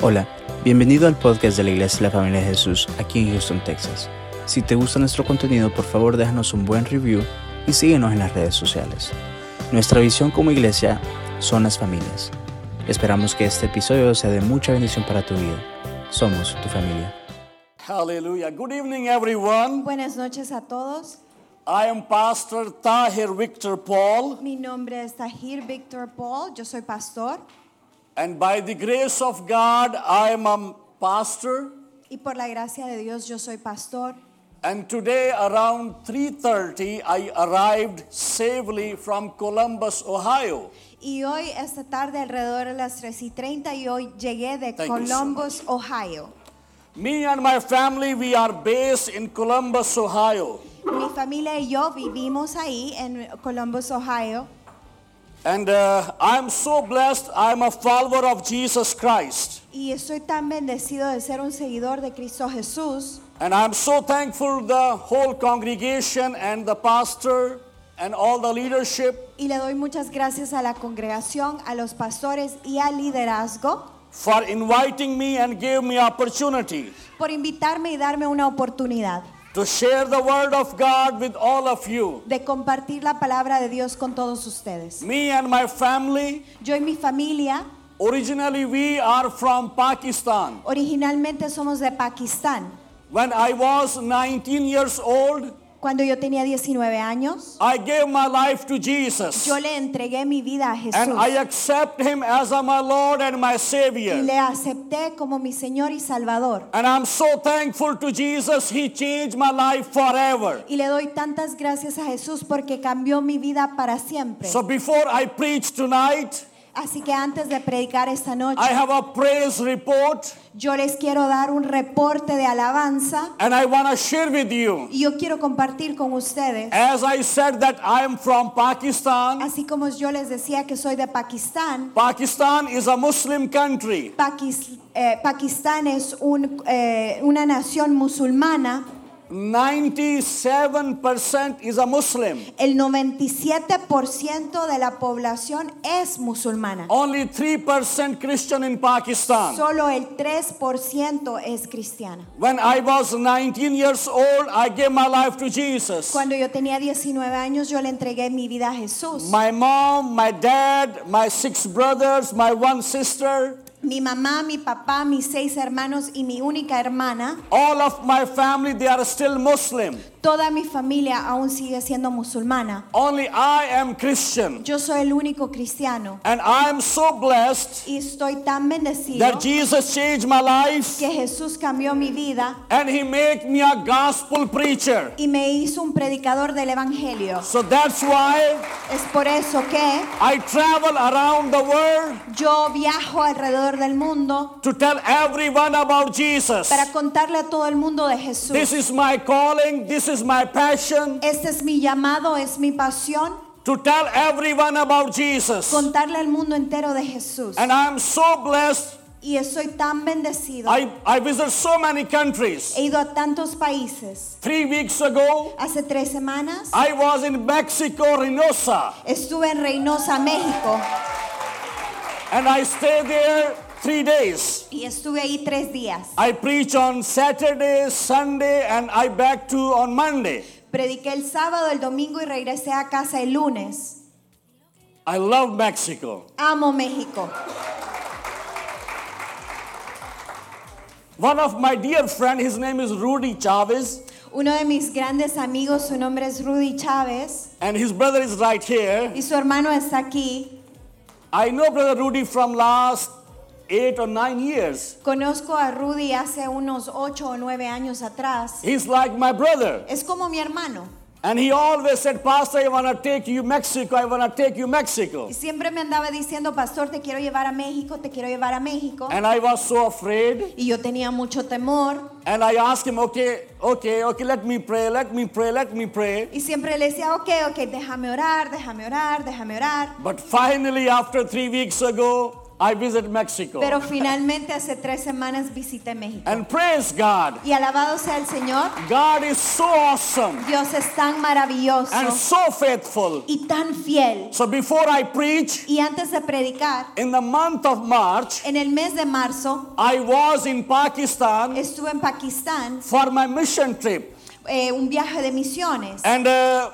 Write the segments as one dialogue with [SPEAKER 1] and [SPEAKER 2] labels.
[SPEAKER 1] Hola, bienvenido al podcast de la Iglesia de la Familia de Jesús aquí en Houston, Texas. Si te gusta nuestro contenido, por favor déjanos un buen review y síguenos en las redes sociales. Nuestra visión como iglesia son las familias. Esperamos que este episodio sea de mucha bendición para tu vida. Somos tu familia.
[SPEAKER 2] Hallelujah. Good evening, everyone.
[SPEAKER 3] Buenas noches a todos.
[SPEAKER 2] I am Pastor Tahir Victor Paul,
[SPEAKER 3] Mi nombre es Tahir Victor Paul. Yo soy pastor
[SPEAKER 2] and by the grace of God, I am a pastor.
[SPEAKER 3] y por la gracia de Dios yo soy pastor.
[SPEAKER 2] And today, around 3:30, I arrived safely from Columbus, Ohio.
[SPEAKER 3] Y hoy, esta tarde, alrededor de las 3 y 30, y hoy llegué de
[SPEAKER 2] Thank you so
[SPEAKER 3] Columbus, Ohio.
[SPEAKER 2] Me and my family, we are based in Columbus, Ohio,
[SPEAKER 3] Mi familia y yo vivimos ahí en Columbus, Ohio.
[SPEAKER 2] and uh, I am so blessed. I am a follower of Jesus Christ,
[SPEAKER 3] Y estoy tan bendecido de ser un seguidor de Cristo Jesús.
[SPEAKER 2] and I am so thankful the whole congregation and the pastor and all the leadership.
[SPEAKER 3] Y le doy muchas gracias a la congregación, a los pastores y al liderazgo
[SPEAKER 2] for inviting me and gave me opportunity
[SPEAKER 3] por invitarme y darme una oportunidad.
[SPEAKER 2] to share the word of God with all of you.
[SPEAKER 3] de compartir la palabra de Dios con todos ustedes.
[SPEAKER 2] Me and my family,
[SPEAKER 3] Yo y mi familia
[SPEAKER 2] originally we are from Pakistan.
[SPEAKER 3] originalmente somos de Pakistán.
[SPEAKER 2] When I was 19 years old,
[SPEAKER 3] Cuando yo tenía 19 años,
[SPEAKER 2] I gave my life to Jesus
[SPEAKER 3] yo le entregué mi vida a
[SPEAKER 2] and
[SPEAKER 3] Jesús
[SPEAKER 2] I accept him as my Lord and my
[SPEAKER 3] y
[SPEAKER 2] Savior.
[SPEAKER 3] le acepté como mi Señor y Salvador.
[SPEAKER 2] And I'm so thankful to Jesus, he changed my life forever.
[SPEAKER 3] Y le doy tantas gracias a Jesús porque cambió mi vida para siempre.
[SPEAKER 2] So before I preach tonight,
[SPEAKER 3] Así que antes de predicar esta
[SPEAKER 2] I
[SPEAKER 3] noche,
[SPEAKER 2] have a praise report
[SPEAKER 3] yo les quiero dar un reporte de alabanza
[SPEAKER 2] and I want to share with you.
[SPEAKER 3] y yo quiero compartir con ustedes.
[SPEAKER 2] As I said that I am from Pakistan.
[SPEAKER 3] Así como yo les decía que soy de Pakistán,
[SPEAKER 2] Pakistan is a Muslim country.
[SPEAKER 3] Paquis- eh, Pakistán es un, eh, una nación musulmana.
[SPEAKER 2] 97% is a Muslim.
[SPEAKER 3] El 97% de la población es musulmana.
[SPEAKER 2] Only 3% Christian in Pakistan.
[SPEAKER 3] Solo el 3% es cristiana.
[SPEAKER 2] When I was 19 years old, I gave my life to Jesus.
[SPEAKER 3] Cuando yo tenía 19 años, yo le entregué mi vida a Jesús.
[SPEAKER 2] My mom, my dad, my six brothers, my one sister,
[SPEAKER 3] Mi mamá, mi papá, mis seis hermanos y mi única hermana,
[SPEAKER 2] all of my family, they are still Muslim.
[SPEAKER 3] toda mi familia aún sigue siendo musulmana.
[SPEAKER 2] Only I am Christian.
[SPEAKER 3] Yo soy el único cristiano
[SPEAKER 2] And I am so blessed
[SPEAKER 3] y estoy tan bendecido
[SPEAKER 2] that Jesus changed my life.
[SPEAKER 3] que Jesús cambió mi vida
[SPEAKER 2] and he make me a gospel preacher
[SPEAKER 3] y me hizo un predicador del evangelio.
[SPEAKER 2] so that's why
[SPEAKER 3] Es por eso que
[SPEAKER 2] i travel around the world
[SPEAKER 3] yo viajo alrededor del mundo
[SPEAKER 2] to tell everyone about jesus
[SPEAKER 3] para contarle a todo el mundo de Jesús.
[SPEAKER 2] this is my calling this is my passion
[SPEAKER 3] Este es mi llamado, es mi pasión,
[SPEAKER 2] to tell everyone about jesus
[SPEAKER 3] contarle al mundo entero de Jesús.
[SPEAKER 2] and i'm so blessed
[SPEAKER 3] Y estoy tan bendecido.
[SPEAKER 2] i i visit so many countries
[SPEAKER 3] He ido a tantos países.
[SPEAKER 2] 3 weeks ago
[SPEAKER 3] Hace tres semanas
[SPEAKER 2] i was in mexico reynosa
[SPEAKER 3] estuve en Reynosa, México,
[SPEAKER 2] and i stay there 3 days
[SPEAKER 3] y estuve ahí tres días.
[SPEAKER 2] i preach on saturday sunday and i back to on monday
[SPEAKER 3] Prediqué el sábado, el domingo y regresé a casa el lunes.
[SPEAKER 2] I love Mexico.
[SPEAKER 3] Amo México.
[SPEAKER 2] One of my dear friend, his name is Rudy Chavez,
[SPEAKER 3] Uno de mis grandes amigos, su nombre es Rudy Chávez
[SPEAKER 2] and his brother is right here.
[SPEAKER 3] y su hermano está aquí.
[SPEAKER 2] I know brother Rudy from last eight or nine years.
[SPEAKER 3] Conozco a Rudy hace unos ocho o nueve años atrás.
[SPEAKER 2] He's like my brother,
[SPEAKER 3] Es como mi hermano.
[SPEAKER 2] and he always said, "Pastor, I wanna take you Mexico. I wanna take you Mexico."
[SPEAKER 3] Y siempre me andaba diciendo, pastor, te quiero llevar a México, te quiero llevar a México.
[SPEAKER 2] And I was so afraid,
[SPEAKER 3] Y yo tenía mucho temor.
[SPEAKER 2] and I asked him, "Okay, okay, okay, let me pray, let me pray, let me pray."
[SPEAKER 3] Y siempre le decía, ok, ok, déjame orar, déjame orar, déjame orar.
[SPEAKER 2] But finally, after three weeks ago, I visit Mexico.
[SPEAKER 3] Pero finalmente hace tres semanas visité México.
[SPEAKER 2] And praise God.
[SPEAKER 3] Y alabado sea el Señor.
[SPEAKER 2] God is so awesome
[SPEAKER 3] Dios es tan maravilloso
[SPEAKER 2] and so faithful.
[SPEAKER 3] y tan fiel.
[SPEAKER 2] So before I preach,
[SPEAKER 3] Y antes de predicar,
[SPEAKER 2] in the month of March,
[SPEAKER 3] en el mes de marzo
[SPEAKER 2] I was in Pakistan
[SPEAKER 3] estuve en Pakistán,
[SPEAKER 2] for my mission trip.
[SPEAKER 3] eh, un viaje de misiones.
[SPEAKER 2] And uh,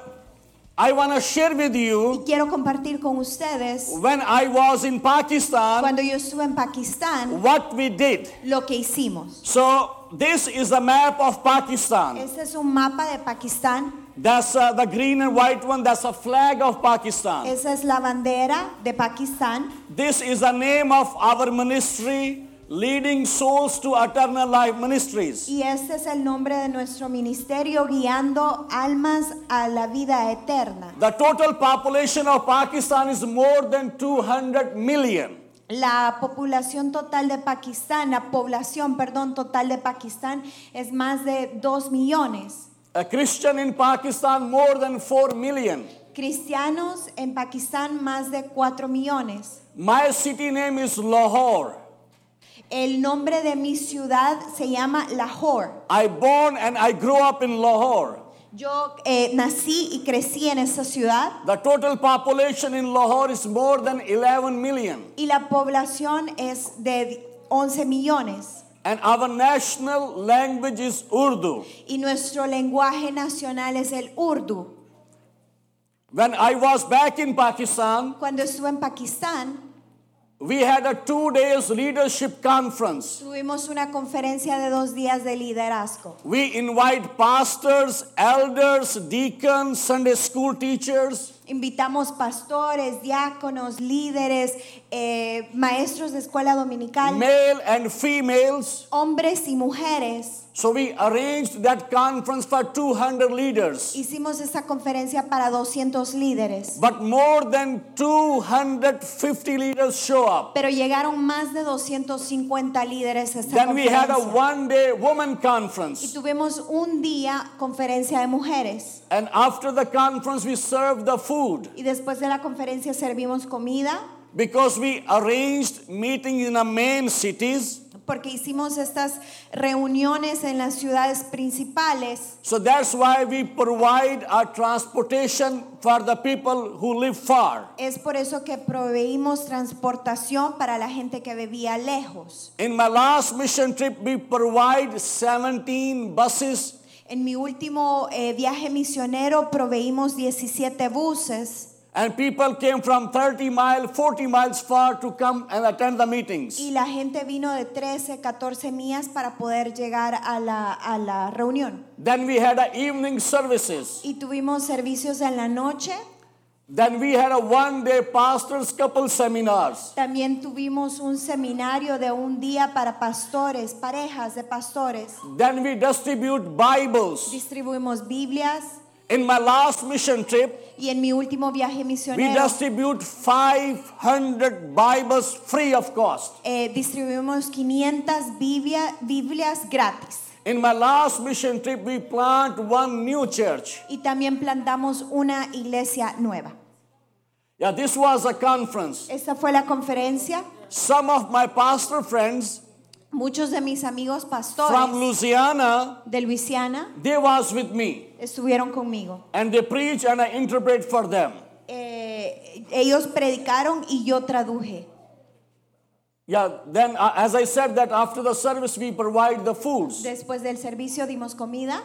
[SPEAKER 2] I want to share with
[SPEAKER 3] Y
[SPEAKER 2] you
[SPEAKER 3] quiero compartir con ustedes
[SPEAKER 2] when I was in Pakistan
[SPEAKER 3] cuando yo estuve en Pakistán
[SPEAKER 2] what we did.
[SPEAKER 3] lo que hicimos.
[SPEAKER 2] So this is the map of Pakistan.
[SPEAKER 3] Este es un mapa de Pakistán.
[SPEAKER 2] That's uh, the green and white one. That's the flag of Pakistan.
[SPEAKER 3] Esa es la bandera de Pakistán.
[SPEAKER 2] This is the name of our ministry, Leading Souls to Eternal Life Ministries.
[SPEAKER 3] Y este es el nombre de nuestro ministerio guiando almas a la vida eterna.
[SPEAKER 2] The total population of Pakistan is more than 200 million.
[SPEAKER 3] La población total de Pakistán, la población, perdón, total de Pakistán es más de 2 millones.
[SPEAKER 2] A Christian in Pakistan, more than 4 million.
[SPEAKER 3] Cristianos en Pakistán más de 4 millones.
[SPEAKER 2] My city name is Lahore.
[SPEAKER 3] El nombre de mi ciudad se llama Lahore.
[SPEAKER 2] I born and I grew up in Lahore.
[SPEAKER 3] Yo eh, nací y crecí en esa ciudad
[SPEAKER 2] The total population in Lahore is more than 11 million.
[SPEAKER 3] y la población es de 11 millones.
[SPEAKER 2] And our national language is Urdu.
[SPEAKER 3] Y nuestro lenguaje nacional es el urdu.
[SPEAKER 2] When I was back in Pakistan,
[SPEAKER 3] Cuando estuve en Pakistán,
[SPEAKER 2] we had a two days leadership conference.
[SPEAKER 3] tuvimos una conferencia de dos días de liderazgo.
[SPEAKER 2] We invite pastors, elders, deacons, Sunday school teachers,
[SPEAKER 3] Invitamos pastores, diáconos, líderes, eh, maestros de escuela dominical,
[SPEAKER 2] male and females.
[SPEAKER 3] hombres y mujeres.
[SPEAKER 2] So we arranged that conference for 200 leaders.
[SPEAKER 3] Hicimos esta conferencia para 200 líderes,
[SPEAKER 2] But more than 250 leaders show up.
[SPEAKER 3] pero llegaron más de 250 líderes a esta
[SPEAKER 2] Then we had
[SPEAKER 3] conferencia.
[SPEAKER 2] a one day woman
[SPEAKER 3] y
[SPEAKER 2] conference.
[SPEAKER 3] tuvimos un día conferencia de mujeres.
[SPEAKER 2] And after the conference, we served the food
[SPEAKER 3] Y después de la conferencia servimos comida,
[SPEAKER 2] because we arranged meeting in the main cities.
[SPEAKER 3] porque hicimos estas reuniones en las ciudades principales.
[SPEAKER 2] So that's why we provide our transportation for the people who live far.
[SPEAKER 3] Es por eso que proveímos transportación para la gente que vivía lejos.
[SPEAKER 2] In my last mission trip, we provide 17 buses,
[SPEAKER 3] En mi último eh, viaje misionero proveímos 17 buses
[SPEAKER 2] and people came from 30 miles, 40 miles far to come and attend the meetings.
[SPEAKER 3] y la gente vino de 13, 14 millas para poder llegar a la, a la reunión.
[SPEAKER 2] Then we had a evening services.
[SPEAKER 3] Y tuvimos servicios en la noche.
[SPEAKER 2] Then we had a one day pastors couple seminars.
[SPEAKER 3] También tuvimos un seminario de un día para pastores, parejas de pastores.
[SPEAKER 2] Then we distribute Bibles.
[SPEAKER 3] Distribuimos Biblias
[SPEAKER 2] In my last mission trip,
[SPEAKER 3] y en mi último viaje
[SPEAKER 2] we
[SPEAKER 3] misionero
[SPEAKER 2] distribute 500 Bibles free of cost.
[SPEAKER 3] eh, distribuimos 500 Biblia- Biblias gratis.
[SPEAKER 2] In my last mission trip, we plant one new church.
[SPEAKER 3] Y también plantamos una iglesia nueva.
[SPEAKER 2] Yeah, this was a conference.
[SPEAKER 3] Esta fue la conferencia.
[SPEAKER 2] Some of my pastor friends
[SPEAKER 3] Muchos de mis amigos
[SPEAKER 2] from
[SPEAKER 3] pastores
[SPEAKER 2] Louisiana,
[SPEAKER 3] de Luisiana
[SPEAKER 2] they was with me
[SPEAKER 3] estuvieron conmigo.
[SPEAKER 2] and they preach and I interpret for them.
[SPEAKER 3] Eh, ellos predicaron y yo traduje.
[SPEAKER 2] Yeah, then uh, as I said that after the service we provide the foods.
[SPEAKER 3] Después del servicio dimos comida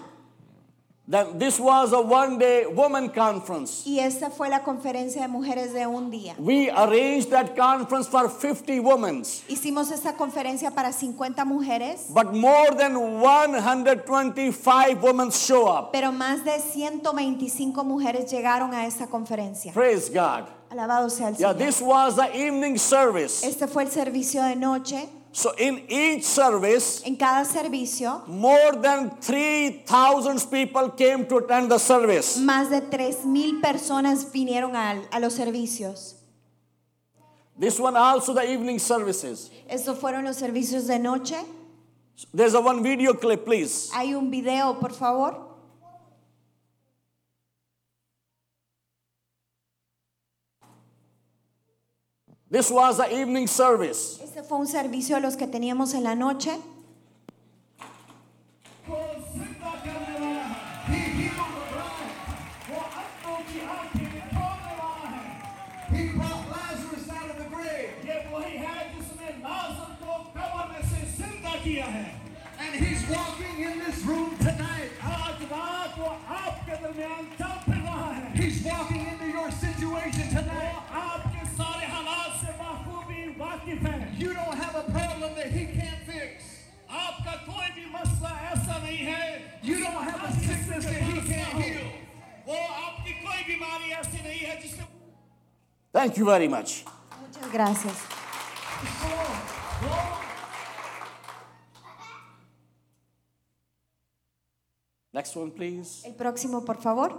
[SPEAKER 2] Then this was a one day woman conference.
[SPEAKER 3] y esta fue la conferencia de mujeres de un día.
[SPEAKER 2] We arranged that conference for 50 women,
[SPEAKER 3] Hicimos esta conferencia para 50 mujeres,
[SPEAKER 2] but more than 125 women show up.
[SPEAKER 3] pero más de 125 mujeres llegaron a esta conferencia.
[SPEAKER 2] Praise God.
[SPEAKER 3] Alabado sea el
[SPEAKER 2] Yeah,
[SPEAKER 3] Señor.
[SPEAKER 2] this was the evening service.
[SPEAKER 3] Este fue el servicio de noche.
[SPEAKER 2] So in each service,
[SPEAKER 3] En cada servicio,
[SPEAKER 2] more than 3,000 people came to attend the service.
[SPEAKER 3] más de 3.000 personas vinieron al- a, los servicios.
[SPEAKER 2] This one also the evening services.
[SPEAKER 3] Estos fueron los servicios de noche.
[SPEAKER 2] There's a one video clip, please.
[SPEAKER 3] Hay un video, por favor.
[SPEAKER 2] This was the evening service.
[SPEAKER 3] Este fue un servicio de los que teníamos en la noche.
[SPEAKER 4] And he's walking in this room tonight. He's walking into your situation tonight. You don't have a problem that he can't fix.
[SPEAKER 5] आपका कोई भी मसला ऐसा नहीं है
[SPEAKER 4] You don't have a
[SPEAKER 5] आपकी
[SPEAKER 4] sickness that he
[SPEAKER 5] समस्या
[SPEAKER 4] can't
[SPEAKER 5] हो।
[SPEAKER 4] heal.
[SPEAKER 5] वो आपकी कोई बीमारी ऐसी नहीं है जिससे
[SPEAKER 2] Thank you very much.
[SPEAKER 3] Muchas gracias.
[SPEAKER 2] Next one, please.
[SPEAKER 3] El próximo, por favor.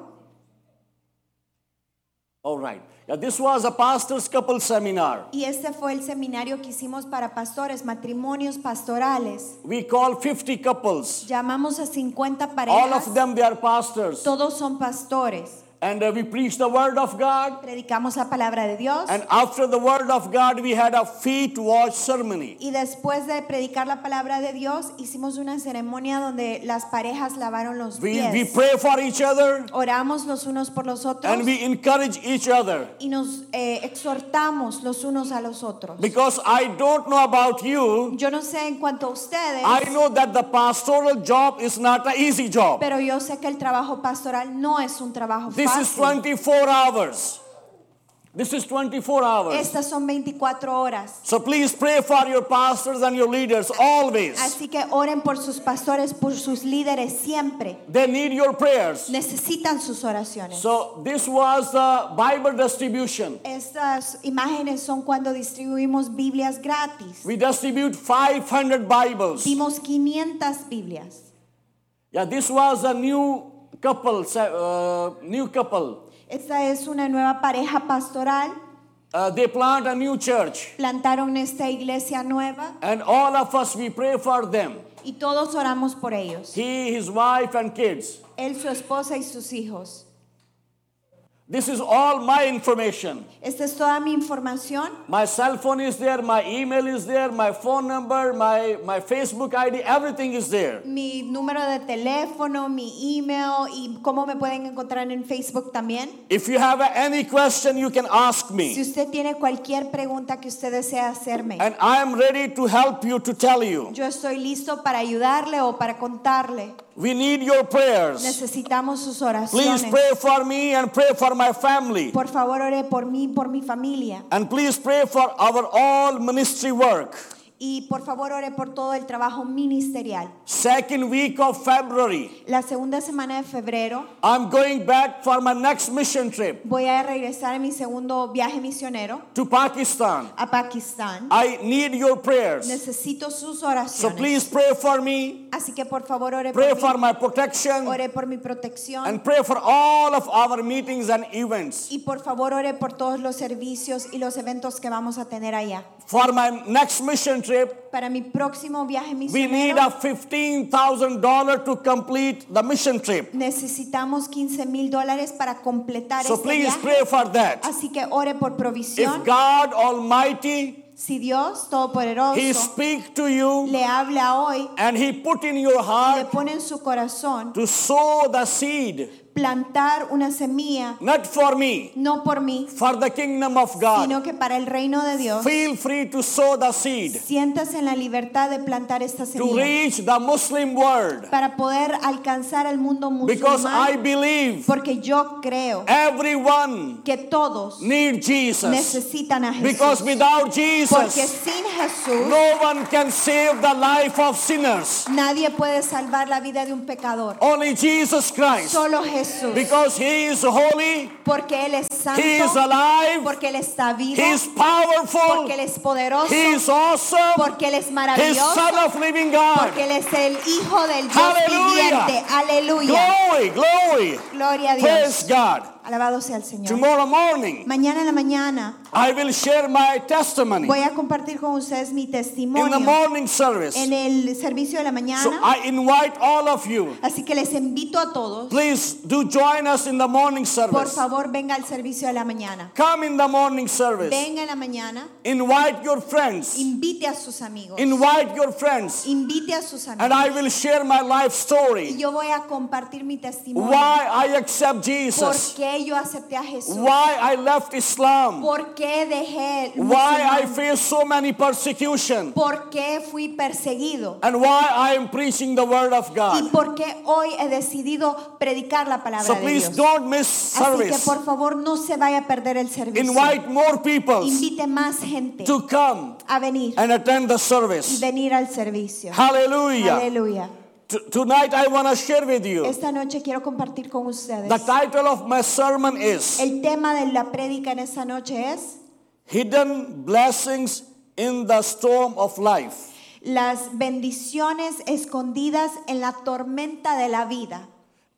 [SPEAKER 2] All right. Yeah, this was a pastor's couple seminar.
[SPEAKER 3] Y este fue el seminario que hicimos para pastores, matrimonios pastorales.
[SPEAKER 2] We call 50 couples.
[SPEAKER 3] Llamamos a 50
[SPEAKER 2] All
[SPEAKER 3] parejas.
[SPEAKER 2] of them, they are pastors.
[SPEAKER 3] Todos son pastores.
[SPEAKER 2] And uh, we preached the word of God.
[SPEAKER 3] Predicamos la palabra de Dios.
[SPEAKER 2] And after the word of God, we had a feet wash ceremony.
[SPEAKER 3] Y después de predicar la palabra de Dios, hicimos una ceremonia donde las parejas lavaron los
[SPEAKER 2] We, we
[SPEAKER 3] pies.
[SPEAKER 2] pray for each other
[SPEAKER 3] Oramos los unos por los otros
[SPEAKER 2] and we encourage each other.
[SPEAKER 3] y nos eh, exhortamos los unos a los otros.
[SPEAKER 2] Because I don't know about you,
[SPEAKER 3] Yo no sé en cuanto a ustedes,
[SPEAKER 2] I know that the pastoral job is not an easy job.
[SPEAKER 3] pero yo sé que el trabajo pastoral no es un trabajo
[SPEAKER 2] This is
[SPEAKER 3] fácil.
[SPEAKER 2] 24 hours. This is 24 hours.
[SPEAKER 3] Estas son 24 horas.
[SPEAKER 2] So please pray for your pastors and your leaders always.
[SPEAKER 3] Así que oren por sus pastores, por sus líderes siempre.
[SPEAKER 2] They need your prayers.
[SPEAKER 3] Necesitan sus oraciones.
[SPEAKER 2] So this was the Bible distribution.
[SPEAKER 3] Estas imágenes son cuando distribuimos Biblias gratis.
[SPEAKER 2] We distribute 500 Bibles.
[SPEAKER 3] Dimos 500 Biblias.
[SPEAKER 2] Yeah, this was a new couple, se- uh, new couple.
[SPEAKER 3] Esta es una nueva pareja pastoral.
[SPEAKER 2] Uh, they plant a new church,
[SPEAKER 3] Plantaron esta iglesia nueva
[SPEAKER 2] and all of us we pray for them.
[SPEAKER 3] y todos oramos por ellos.
[SPEAKER 2] He, his wife, and kids.
[SPEAKER 3] Él, su esposa y sus hijos.
[SPEAKER 2] This is all my information.
[SPEAKER 3] Esta es toda mi información.
[SPEAKER 2] My cell phone is there, my email is there, my phone number, my, my Facebook ID, everything is there.
[SPEAKER 3] Mi número de teléfono, mi email y cómo me pueden encontrar en Facebook también.
[SPEAKER 2] If you have any question, you can ask
[SPEAKER 3] Si
[SPEAKER 2] me.
[SPEAKER 3] usted tiene cualquier pregunta que usted desea hacerme,
[SPEAKER 2] And I am ready to help you, to tell you.
[SPEAKER 3] yo estoy listo para ayudarle o para contarle.
[SPEAKER 2] We need your prayers.
[SPEAKER 3] Necesitamos sus
[SPEAKER 2] Please
[SPEAKER 3] oraciones.
[SPEAKER 2] pray for me and pray for my family.
[SPEAKER 3] Por favor, ore por mí, por mi familia.
[SPEAKER 2] And please pray for our all ministry work.
[SPEAKER 3] Y por favor, ore por todo el trabajo ministerial.
[SPEAKER 2] Second week of February,
[SPEAKER 3] La segunda semana de febrero
[SPEAKER 2] I'm going back for my next mission trip
[SPEAKER 3] voy a regresar a mi segundo viaje misionero
[SPEAKER 2] to Pakistan.
[SPEAKER 3] a Pakistán.
[SPEAKER 2] I need your prayers.
[SPEAKER 3] Necesito sus
[SPEAKER 2] Ah. So
[SPEAKER 3] oraciones.
[SPEAKER 2] please pray for me,
[SPEAKER 3] Así que por favor, ore
[SPEAKER 2] pray for
[SPEAKER 3] por mí.
[SPEAKER 2] my protection,
[SPEAKER 3] Ore por mi protección.
[SPEAKER 2] and pray for all of our meetings and events.
[SPEAKER 3] Y por favor, ore por todos los servicios y los eventos que vamos a tener allá.
[SPEAKER 2] For my next mission trip,
[SPEAKER 3] Para mi próximo viaje
[SPEAKER 2] we need
[SPEAKER 3] misionero
[SPEAKER 2] a $15,000 to complete the mission trip.
[SPEAKER 3] necesitamos 15 mil dólares para completar
[SPEAKER 2] So
[SPEAKER 3] este
[SPEAKER 2] please
[SPEAKER 3] viaje.
[SPEAKER 2] pray for that.
[SPEAKER 3] Así que ore por
[SPEAKER 2] If
[SPEAKER 3] provisión.
[SPEAKER 2] God Almighty,
[SPEAKER 3] si Dios
[SPEAKER 2] He
[SPEAKER 3] Todopoderoso
[SPEAKER 2] speak to you,
[SPEAKER 3] le habla hoy,
[SPEAKER 2] and he put in your
[SPEAKER 3] le
[SPEAKER 2] heart
[SPEAKER 3] pone en su corazón
[SPEAKER 2] to sow the seed
[SPEAKER 3] plantar una semilla,
[SPEAKER 2] not for me
[SPEAKER 3] no por mí,
[SPEAKER 2] for the kingdom of god
[SPEAKER 3] sino que para el reino de Dios.
[SPEAKER 2] feel free to sow the seed
[SPEAKER 3] Siéntase en la libertad de plantar esta
[SPEAKER 2] to
[SPEAKER 3] semilla
[SPEAKER 2] reach the muslim world
[SPEAKER 3] para poder alcanzar al mundo
[SPEAKER 2] because i
[SPEAKER 3] musulmán.
[SPEAKER 2] believe
[SPEAKER 3] Porque yo creo
[SPEAKER 2] everyone
[SPEAKER 3] que todos
[SPEAKER 2] need jesus
[SPEAKER 3] necesitan a
[SPEAKER 2] because
[SPEAKER 3] Jesús.
[SPEAKER 2] without
[SPEAKER 3] Porque
[SPEAKER 2] jesus
[SPEAKER 3] sin Jesús
[SPEAKER 2] no one can save the life of sinners
[SPEAKER 3] nadie puede salvar la vida de un pecador.
[SPEAKER 2] only jesus christ
[SPEAKER 3] Solo Jesús.
[SPEAKER 2] because he is holy
[SPEAKER 3] Porque Él es santo.
[SPEAKER 2] he is alive
[SPEAKER 3] Porque Él está vivo.
[SPEAKER 2] he is
[SPEAKER 3] Porque
[SPEAKER 2] powerful
[SPEAKER 3] Él es poderoso.
[SPEAKER 2] he is awesome
[SPEAKER 3] Porque Él
[SPEAKER 2] He's
[SPEAKER 3] es
[SPEAKER 2] son
[SPEAKER 3] maravilloso.
[SPEAKER 2] of living God.
[SPEAKER 3] Porque Él es el Hijo del Dios
[SPEAKER 2] Hallelujah.
[SPEAKER 3] viviente. Aleluya.
[SPEAKER 2] Glory, glory.
[SPEAKER 3] Gloria a Dios.
[SPEAKER 2] Praise God.
[SPEAKER 3] Alabado sea el Señor.
[SPEAKER 2] Tomorrow morning,
[SPEAKER 3] Mañana en la mañana
[SPEAKER 2] I will share my testimony
[SPEAKER 3] voy a compartir con ustedes mi
[SPEAKER 2] in the
[SPEAKER 3] testimonio
[SPEAKER 2] morning service.
[SPEAKER 3] en el servicio de la
[SPEAKER 2] So
[SPEAKER 3] mañana.
[SPEAKER 2] I invite all of you,
[SPEAKER 3] Así que les invito a todos,
[SPEAKER 2] please do join us in the morning
[SPEAKER 3] por
[SPEAKER 2] service.
[SPEAKER 3] favor, venga al servicio de la mañana.
[SPEAKER 2] Come in the morning service.
[SPEAKER 3] Venga en la mañana,
[SPEAKER 2] Invite your friends.
[SPEAKER 3] invite a sus amigos,
[SPEAKER 2] Invite your friends.
[SPEAKER 3] invite a sus
[SPEAKER 2] And I
[SPEAKER 3] amigos.
[SPEAKER 2] will share my life
[SPEAKER 3] Y
[SPEAKER 2] story.
[SPEAKER 3] yo voy a compartir mi testimonio.
[SPEAKER 2] Why I accept
[SPEAKER 3] ¿Por
[SPEAKER 2] Jesus.
[SPEAKER 3] qué yo acepté a Jesús?
[SPEAKER 2] Why I left Islam.
[SPEAKER 3] ¿Por qué dejé el
[SPEAKER 2] Why I
[SPEAKER 3] musulmán?
[SPEAKER 2] face so many persecution.
[SPEAKER 3] ¿Por qué fui perseguido?
[SPEAKER 2] And why I am preaching the word of
[SPEAKER 3] ¿Y
[SPEAKER 2] God.
[SPEAKER 3] por qué hoy he decidido predicar la palabra
[SPEAKER 2] So
[SPEAKER 3] de
[SPEAKER 2] please
[SPEAKER 3] Dios?
[SPEAKER 2] don't miss
[SPEAKER 3] Así que
[SPEAKER 2] service.
[SPEAKER 3] por favor no se vaya a perder el servicio.
[SPEAKER 2] Invite more people
[SPEAKER 3] Invite más gente
[SPEAKER 2] to come
[SPEAKER 3] a venir
[SPEAKER 2] and attend the
[SPEAKER 3] y
[SPEAKER 2] service.
[SPEAKER 3] venir al servicio.
[SPEAKER 2] Hallelujah.
[SPEAKER 3] Aleluya.
[SPEAKER 2] T- Tonight I want to share with you.
[SPEAKER 3] Esta noche quiero compartir con ustedes.
[SPEAKER 2] The title of my sermon is
[SPEAKER 3] El tema de la prédica en esta noche es
[SPEAKER 2] Hidden Blessings in the Storm of Life.
[SPEAKER 3] las bendiciones escondidas en la tormenta de la vida.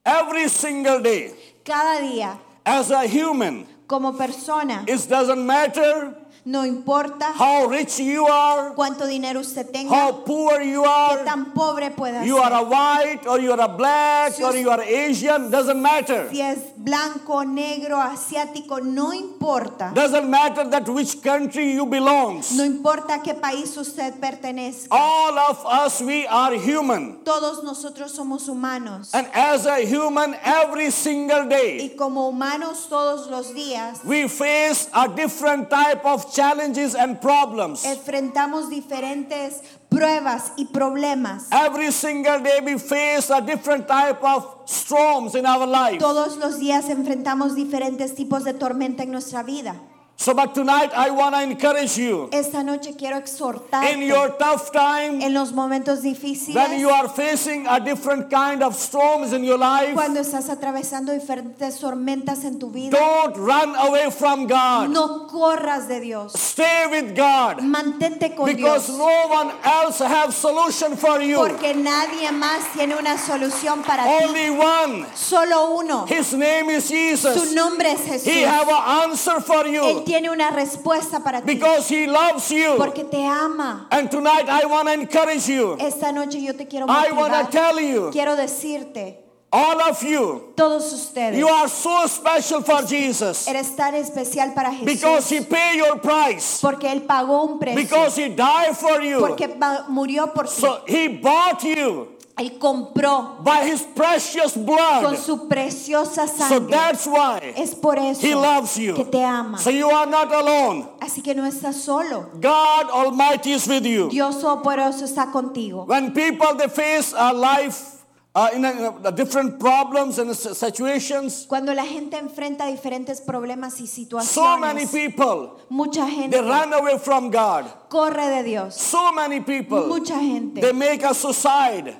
[SPEAKER 2] Every single day,
[SPEAKER 3] Cada día,
[SPEAKER 2] as a human,
[SPEAKER 3] como persona,
[SPEAKER 2] it doesn't matter
[SPEAKER 3] no importa
[SPEAKER 2] how rich you are,
[SPEAKER 3] cuánto dinero usted
[SPEAKER 2] how
[SPEAKER 3] tenga,
[SPEAKER 2] poor you
[SPEAKER 3] qué
[SPEAKER 2] are,
[SPEAKER 3] tan pobre pueda
[SPEAKER 2] you are
[SPEAKER 3] ser.
[SPEAKER 2] a white or you are a black or you are Asian, doesn't matter.
[SPEAKER 3] Si es blanco, negro, asiático, no importa.
[SPEAKER 2] Doesn't matter that which country you belongs.
[SPEAKER 3] No importa a qué país usted pertenezca.
[SPEAKER 2] All of us, we are human.
[SPEAKER 3] Todos nosotros somos humanos.
[SPEAKER 2] And as a human, every single day,
[SPEAKER 3] Y como humanos todos los días
[SPEAKER 2] we face a different type of challenges and problems.
[SPEAKER 3] enfrentamos diferentes pruebas y problemas.
[SPEAKER 2] Every single day we face a different type of storms in our life.
[SPEAKER 3] Todos los días enfrentamos diferentes tipos de tormenta en nuestra vida.
[SPEAKER 2] So, but tonight I want to encourage you
[SPEAKER 3] Esta noche quiero exhortar
[SPEAKER 2] in your tough time
[SPEAKER 3] en los momentos difíciles,
[SPEAKER 2] when you are facing a different kind of storms in your life.
[SPEAKER 3] cuando estás atravesando diferentes tormentas en tu vida,
[SPEAKER 2] Don't run away from God.
[SPEAKER 3] no corras de Dios.
[SPEAKER 2] Stay with God
[SPEAKER 3] Mantente con
[SPEAKER 2] because
[SPEAKER 3] Dios.
[SPEAKER 2] no one else have solution for you.
[SPEAKER 3] Porque nadie más tiene una solución para ti.
[SPEAKER 2] Only one.
[SPEAKER 3] Solo uno.
[SPEAKER 2] His name is
[SPEAKER 3] Su
[SPEAKER 2] Jesus.
[SPEAKER 3] nombre es Jesús.
[SPEAKER 2] He have an answer for
[SPEAKER 3] Él
[SPEAKER 2] you
[SPEAKER 3] tiene una respuesta para ti.
[SPEAKER 2] because he loves you.
[SPEAKER 3] Porque te ama.
[SPEAKER 2] And tonight I want to encourage you.
[SPEAKER 3] Esta noche yo te quiero
[SPEAKER 2] I want
[SPEAKER 3] motivar.
[SPEAKER 2] to tell you,
[SPEAKER 3] Quiero decirte,
[SPEAKER 2] all of you,
[SPEAKER 3] todos ustedes,
[SPEAKER 2] you are so special for Jesus
[SPEAKER 3] eres tan especial para
[SPEAKER 2] because
[SPEAKER 3] Jesús.
[SPEAKER 2] He paid your price,
[SPEAKER 3] Porque Él pagó un precio.
[SPEAKER 2] because He died for you.
[SPEAKER 3] Porque pa- murió por ti.
[SPEAKER 2] So He bought you
[SPEAKER 3] Él compró
[SPEAKER 2] by His precious
[SPEAKER 3] con
[SPEAKER 2] blood.
[SPEAKER 3] su preciosa
[SPEAKER 2] So
[SPEAKER 3] sangre.
[SPEAKER 2] that's why
[SPEAKER 3] Es por
[SPEAKER 2] He
[SPEAKER 3] eso
[SPEAKER 2] loves
[SPEAKER 3] que
[SPEAKER 2] you.
[SPEAKER 3] te ama.
[SPEAKER 2] So you are not alone.
[SPEAKER 3] Así que no estás solo.
[SPEAKER 2] God Almighty is with you.
[SPEAKER 3] Dios Todopoderoso está contigo.
[SPEAKER 2] When people they face a life uh, in a, in a different problems and s- situations,
[SPEAKER 3] Cuando la gente enfrenta diferentes problemas y
[SPEAKER 2] so many
[SPEAKER 3] situaciones,
[SPEAKER 2] people
[SPEAKER 3] mucha
[SPEAKER 2] they
[SPEAKER 3] gente
[SPEAKER 2] run away from God.
[SPEAKER 3] corre de Dios.
[SPEAKER 2] So many people
[SPEAKER 3] Mucha gente
[SPEAKER 2] They make a suicide.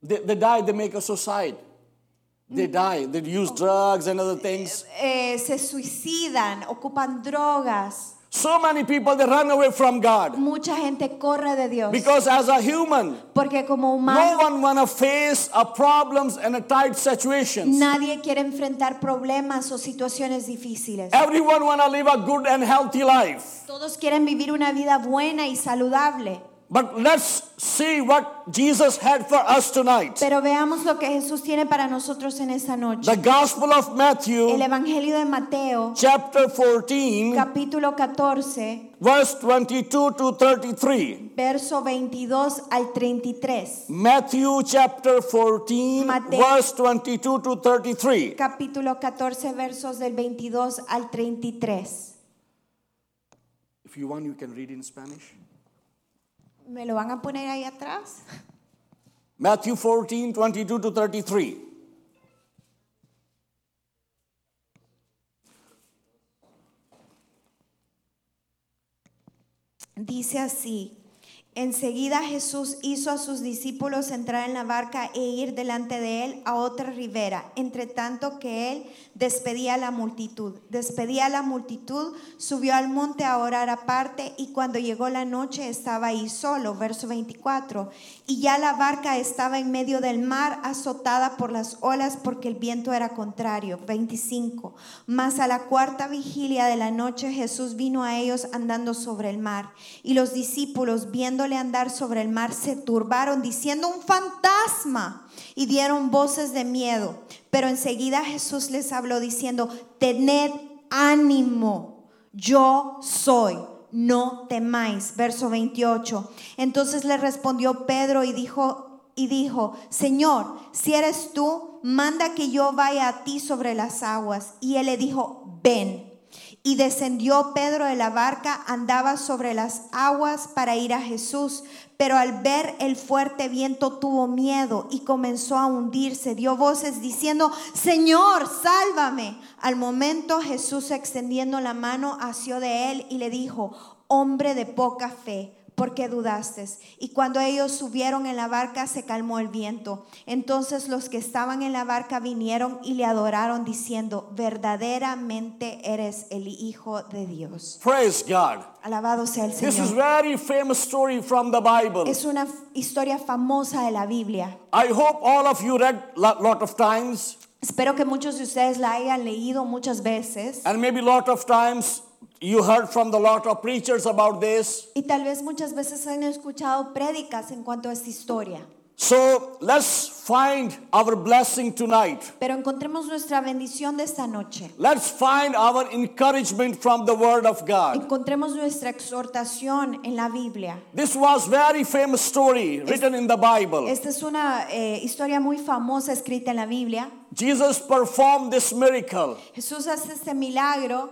[SPEAKER 2] They, they die, they make a suicide. They
[SPEAKER 3] Mm.
[SPEAKER 2] die, they
[SPEAKER 3] Oh.
[SPEAKER 2] use drugs and other things.
[SPEAKER 3] eh, se suicidan, ocupan drogas.
[SPEAKER 2] So many people, they run away from God.
[SPEAKER 3] Mucha gente corre de Dios.
[SPEAKER 2] Because as a human,
[SPEAKER 3] Porque como
[SPEAKER 2] no
[SPEAKER 3] humano,
[SPEAKER 2] one wanna face a problems and a tight situations.
[SPEAKER 3] nadie quiere enfrentar problemas o situaciones difíciles.
[SPEAKER 2] Everyone wanna live a good and healthy life.
[SPEAKER 3] Todos quieren vivir una vida buena y saludable.
[SPEAKER 2] But let's see what Jesus had for us tonight.
[SPEAKER 3] Pero veamos lo que Jesús tiene para nosotros en esta noche.
[SPEAKER 2] The Gospel of
[SPEAKER 3] El
[SPEAKER 2] Matthew,
[SPEAKER 3] Evangelio de Mateo,
[SPEAKER 2] chapter 14,
[SPEAKER 3] capítulo 14,
[SPEAKER 2] verse 22 to 33.
[SPEAKER 3] verso 22 al 33.
[SPEAKER 2] Matthew chapter 14,
[SPEAKER 3] Mateo.
[SPEAKER 2] verse 22 to 33.
[SPEAKER 3] Capítulo 14, versos del 22 al 33.
[SPEAKER 2] If you want, you can read in Spanish.
[SPEAKER 3] ¿Me lo van a poner ahí atrás?
[SPEAKER 2] Matthew 14, 22 to 33.
[SPEAKER 3] Dice así, Enseguida Jesús hizo a sus discípulos entrar en la barca e ir delante de él a otra ribera, entre tanto que él despedía a la multitud. Despedía a la multitud, subió al monte a orar aparte y cuando llegó la noche estaba ahí solo, verso 24. Y ya la barca estaba en medio del mar azotada por las olas porque el viento era contrario, 25. Mas a la cuarta vigilia de la noche Jesús vino a ellos andando sobre el mar y los discípulos viéndole andar sobre el mar se turbaron diciendo un fantasma y dieron voces de miedo. Pero enseguida Jesús les habló diciendo, tened ánimo, yo soy. No temáis, verso 28. Entonces le respondió Pedro y dijo, y dijo, Señor, si eres tú, manda que yo vaya a ti sobre las aguas. Y él le dijo, ven. Y descendió Pedro de la barca, andaba sobre las aguas para ir a Jesús, pero al ver el fuerte viento tuvo miedo y comenzó a hundirse. Dio voces diciendo, Señor, sálvame. Al momento Jesús extendiendo la mano, asió de él y le dijo, hombre de poca fe. ¿Por qué dudaste? Y cuando ellos subieron en la barca se calmó el viento. Entonces los que estaban en la barca vinieron y le adoraron diciendo, verdaderamente eres el Hijo de Dios.
[SPEAKER 2] Praise God.
[SPEAKER 3] Alabado sea el
[SPEAKER 2] This is
[SPEAKER 3] Señor.
[SPEAKER 2] very famous story from the Bible.
[SPEAKER 3] Es una f- historia famosa de la Biblia.
[SPEAKER 2] I hope all of you read lot, lot of times
[SPEAKER 3] Espero que muchos de ustedes la hayan leído muchas veces.
[SPEAKER 2] and maybe lot of times you heard from the lot of preachers about this.
[SPEAKER 3] Y tal vez muchas veces han escuchado prédicas en cuanto a esta historia.
[SPEAKER 2] So let's find our blessing tonight.
[SPEAKER 3] Pero encontremos nuestra bendición de esta noche.
[SPEAKER 2] Let's find our encouragement from the word of God.
[SPEAKER 3] Encontremos nuestra exhortación en la Biblia.
[SPEAKER 2] This was very famous story written in the Bible.
[SPEAKER 3] Esta es una eh, historia muy famosa escrita en la Biblia.
[SPEAKER 2] Jesus performed this miracle.
[SPEAKER 3] Jesús hace este milagro.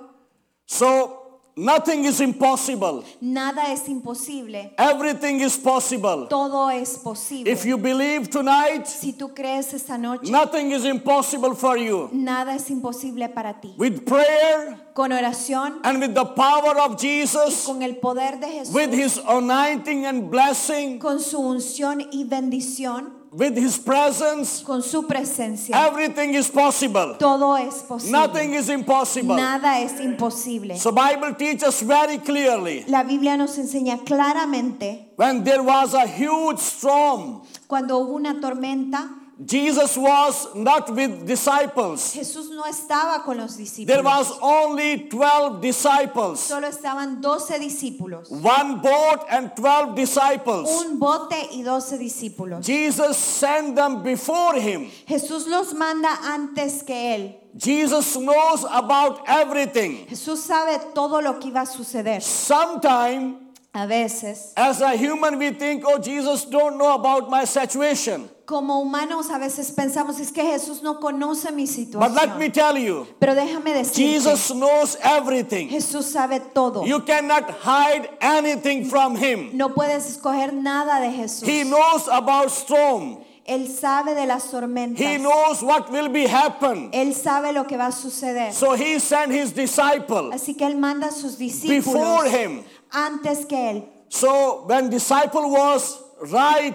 [SPEAKER 2] So nothing is impossible.
[SPEAKER 3] Nada es imposible.
[SPEAKER 2] Everything is possible.
[SPEAKER 3] Todo es posible.
[SPEAKER 2] If you believe tonight,
[SPEAKER 3] si tú crees esta noche,
[SPEAKER 2] nothing is impossible for you.
[SPEAKER 3] nada es imposible para ti.
[SPEAKER 2] With prayer
[SPEAKER 3] Con oración,
[SPEAKER 2] and with the power of Jesus,
[SPEAKER 3] con el poder de Jesús,
[SPEAKER 2] with his anointing and blessing,
[SPEAKER 3] con su unción y bendición,
[SPEAKER 2] with his presence,
[SPEAKER 3] con su presencia,
[SPEAKER 2] everything is possible.
[SPEAKER 3] todo es posible.
[SPEAKER 2] Nothing is impossible.
[SPEAKER 3] Nada es imposible.
[SPEAKER 2] So Bible teaches very clearly
[SPEAKER 3] la Biblia nos enseña claramente
[SPEAKER 2] when there was a huge storm,
[SPEAKER 3] cuando hubo una tormenta,
[SPEAKER 2] Jesus was not with disciples.
[SPEAKER 3] Jesús no estaba con los
[SPEAKER 2] There
[SPEAKER 3] discípulos.
[SPEAKER 2] was only 12 disciples.
[SPEAKER 3] Solo estaban 12 discípulos.
[SPEAKER 2] One boat and 12 disciples.
[SPEAKER 3] Un bote y 12 discípulos.
[SPEAKER 2] Jesus sent them before him.
[SPEAKER 3] Jesús los manda antes que él.
[SPEAKER 2] Jesus knows about everything.
[SPEAKER 3] Jesús sabe todo lo que iba a suceder.
[SPEAKER 2] Sometime,
[SPEAKER 3] A veces,
[SPEAKER 2] as a human, we think, oh, Jesus don't know about my situation.
[SPEAKER 3] como humanos, a veces pensamos es que Jesús no conoce mi
[SPEAKER 2] But let me
[SPEAKER 3] situación.
[SPEAKER 2] tell you,
[SPEAKER 3] Pero déjame decirte,
[SPEAKER 2] Jesus knows everything.
[SPEAKER 3] Jesús sabe todo.
[SPEAKER 2] You cannot hide anything from him.
[SPEAKER 3] No puedes escoger nada de Jesús.
[SPEAKER 2] He knows about storm.
[SPEAKER 3] Él sabe de las
[SPEAKER 2] He
[SPEAKER 3] tormentas.
[SPEAKER 2] knows what will be happen.
[SPEAKER 3] Él sabe lo que va a suceder.
[SPEAKER 2] So he sent his disciple
[SPEAKER 3] Así que él manda a sus discípulos
[SPEAKER 2] before him.
[SPEAKER 3] antes que él.
[SPEAKER 2] So when disciple was right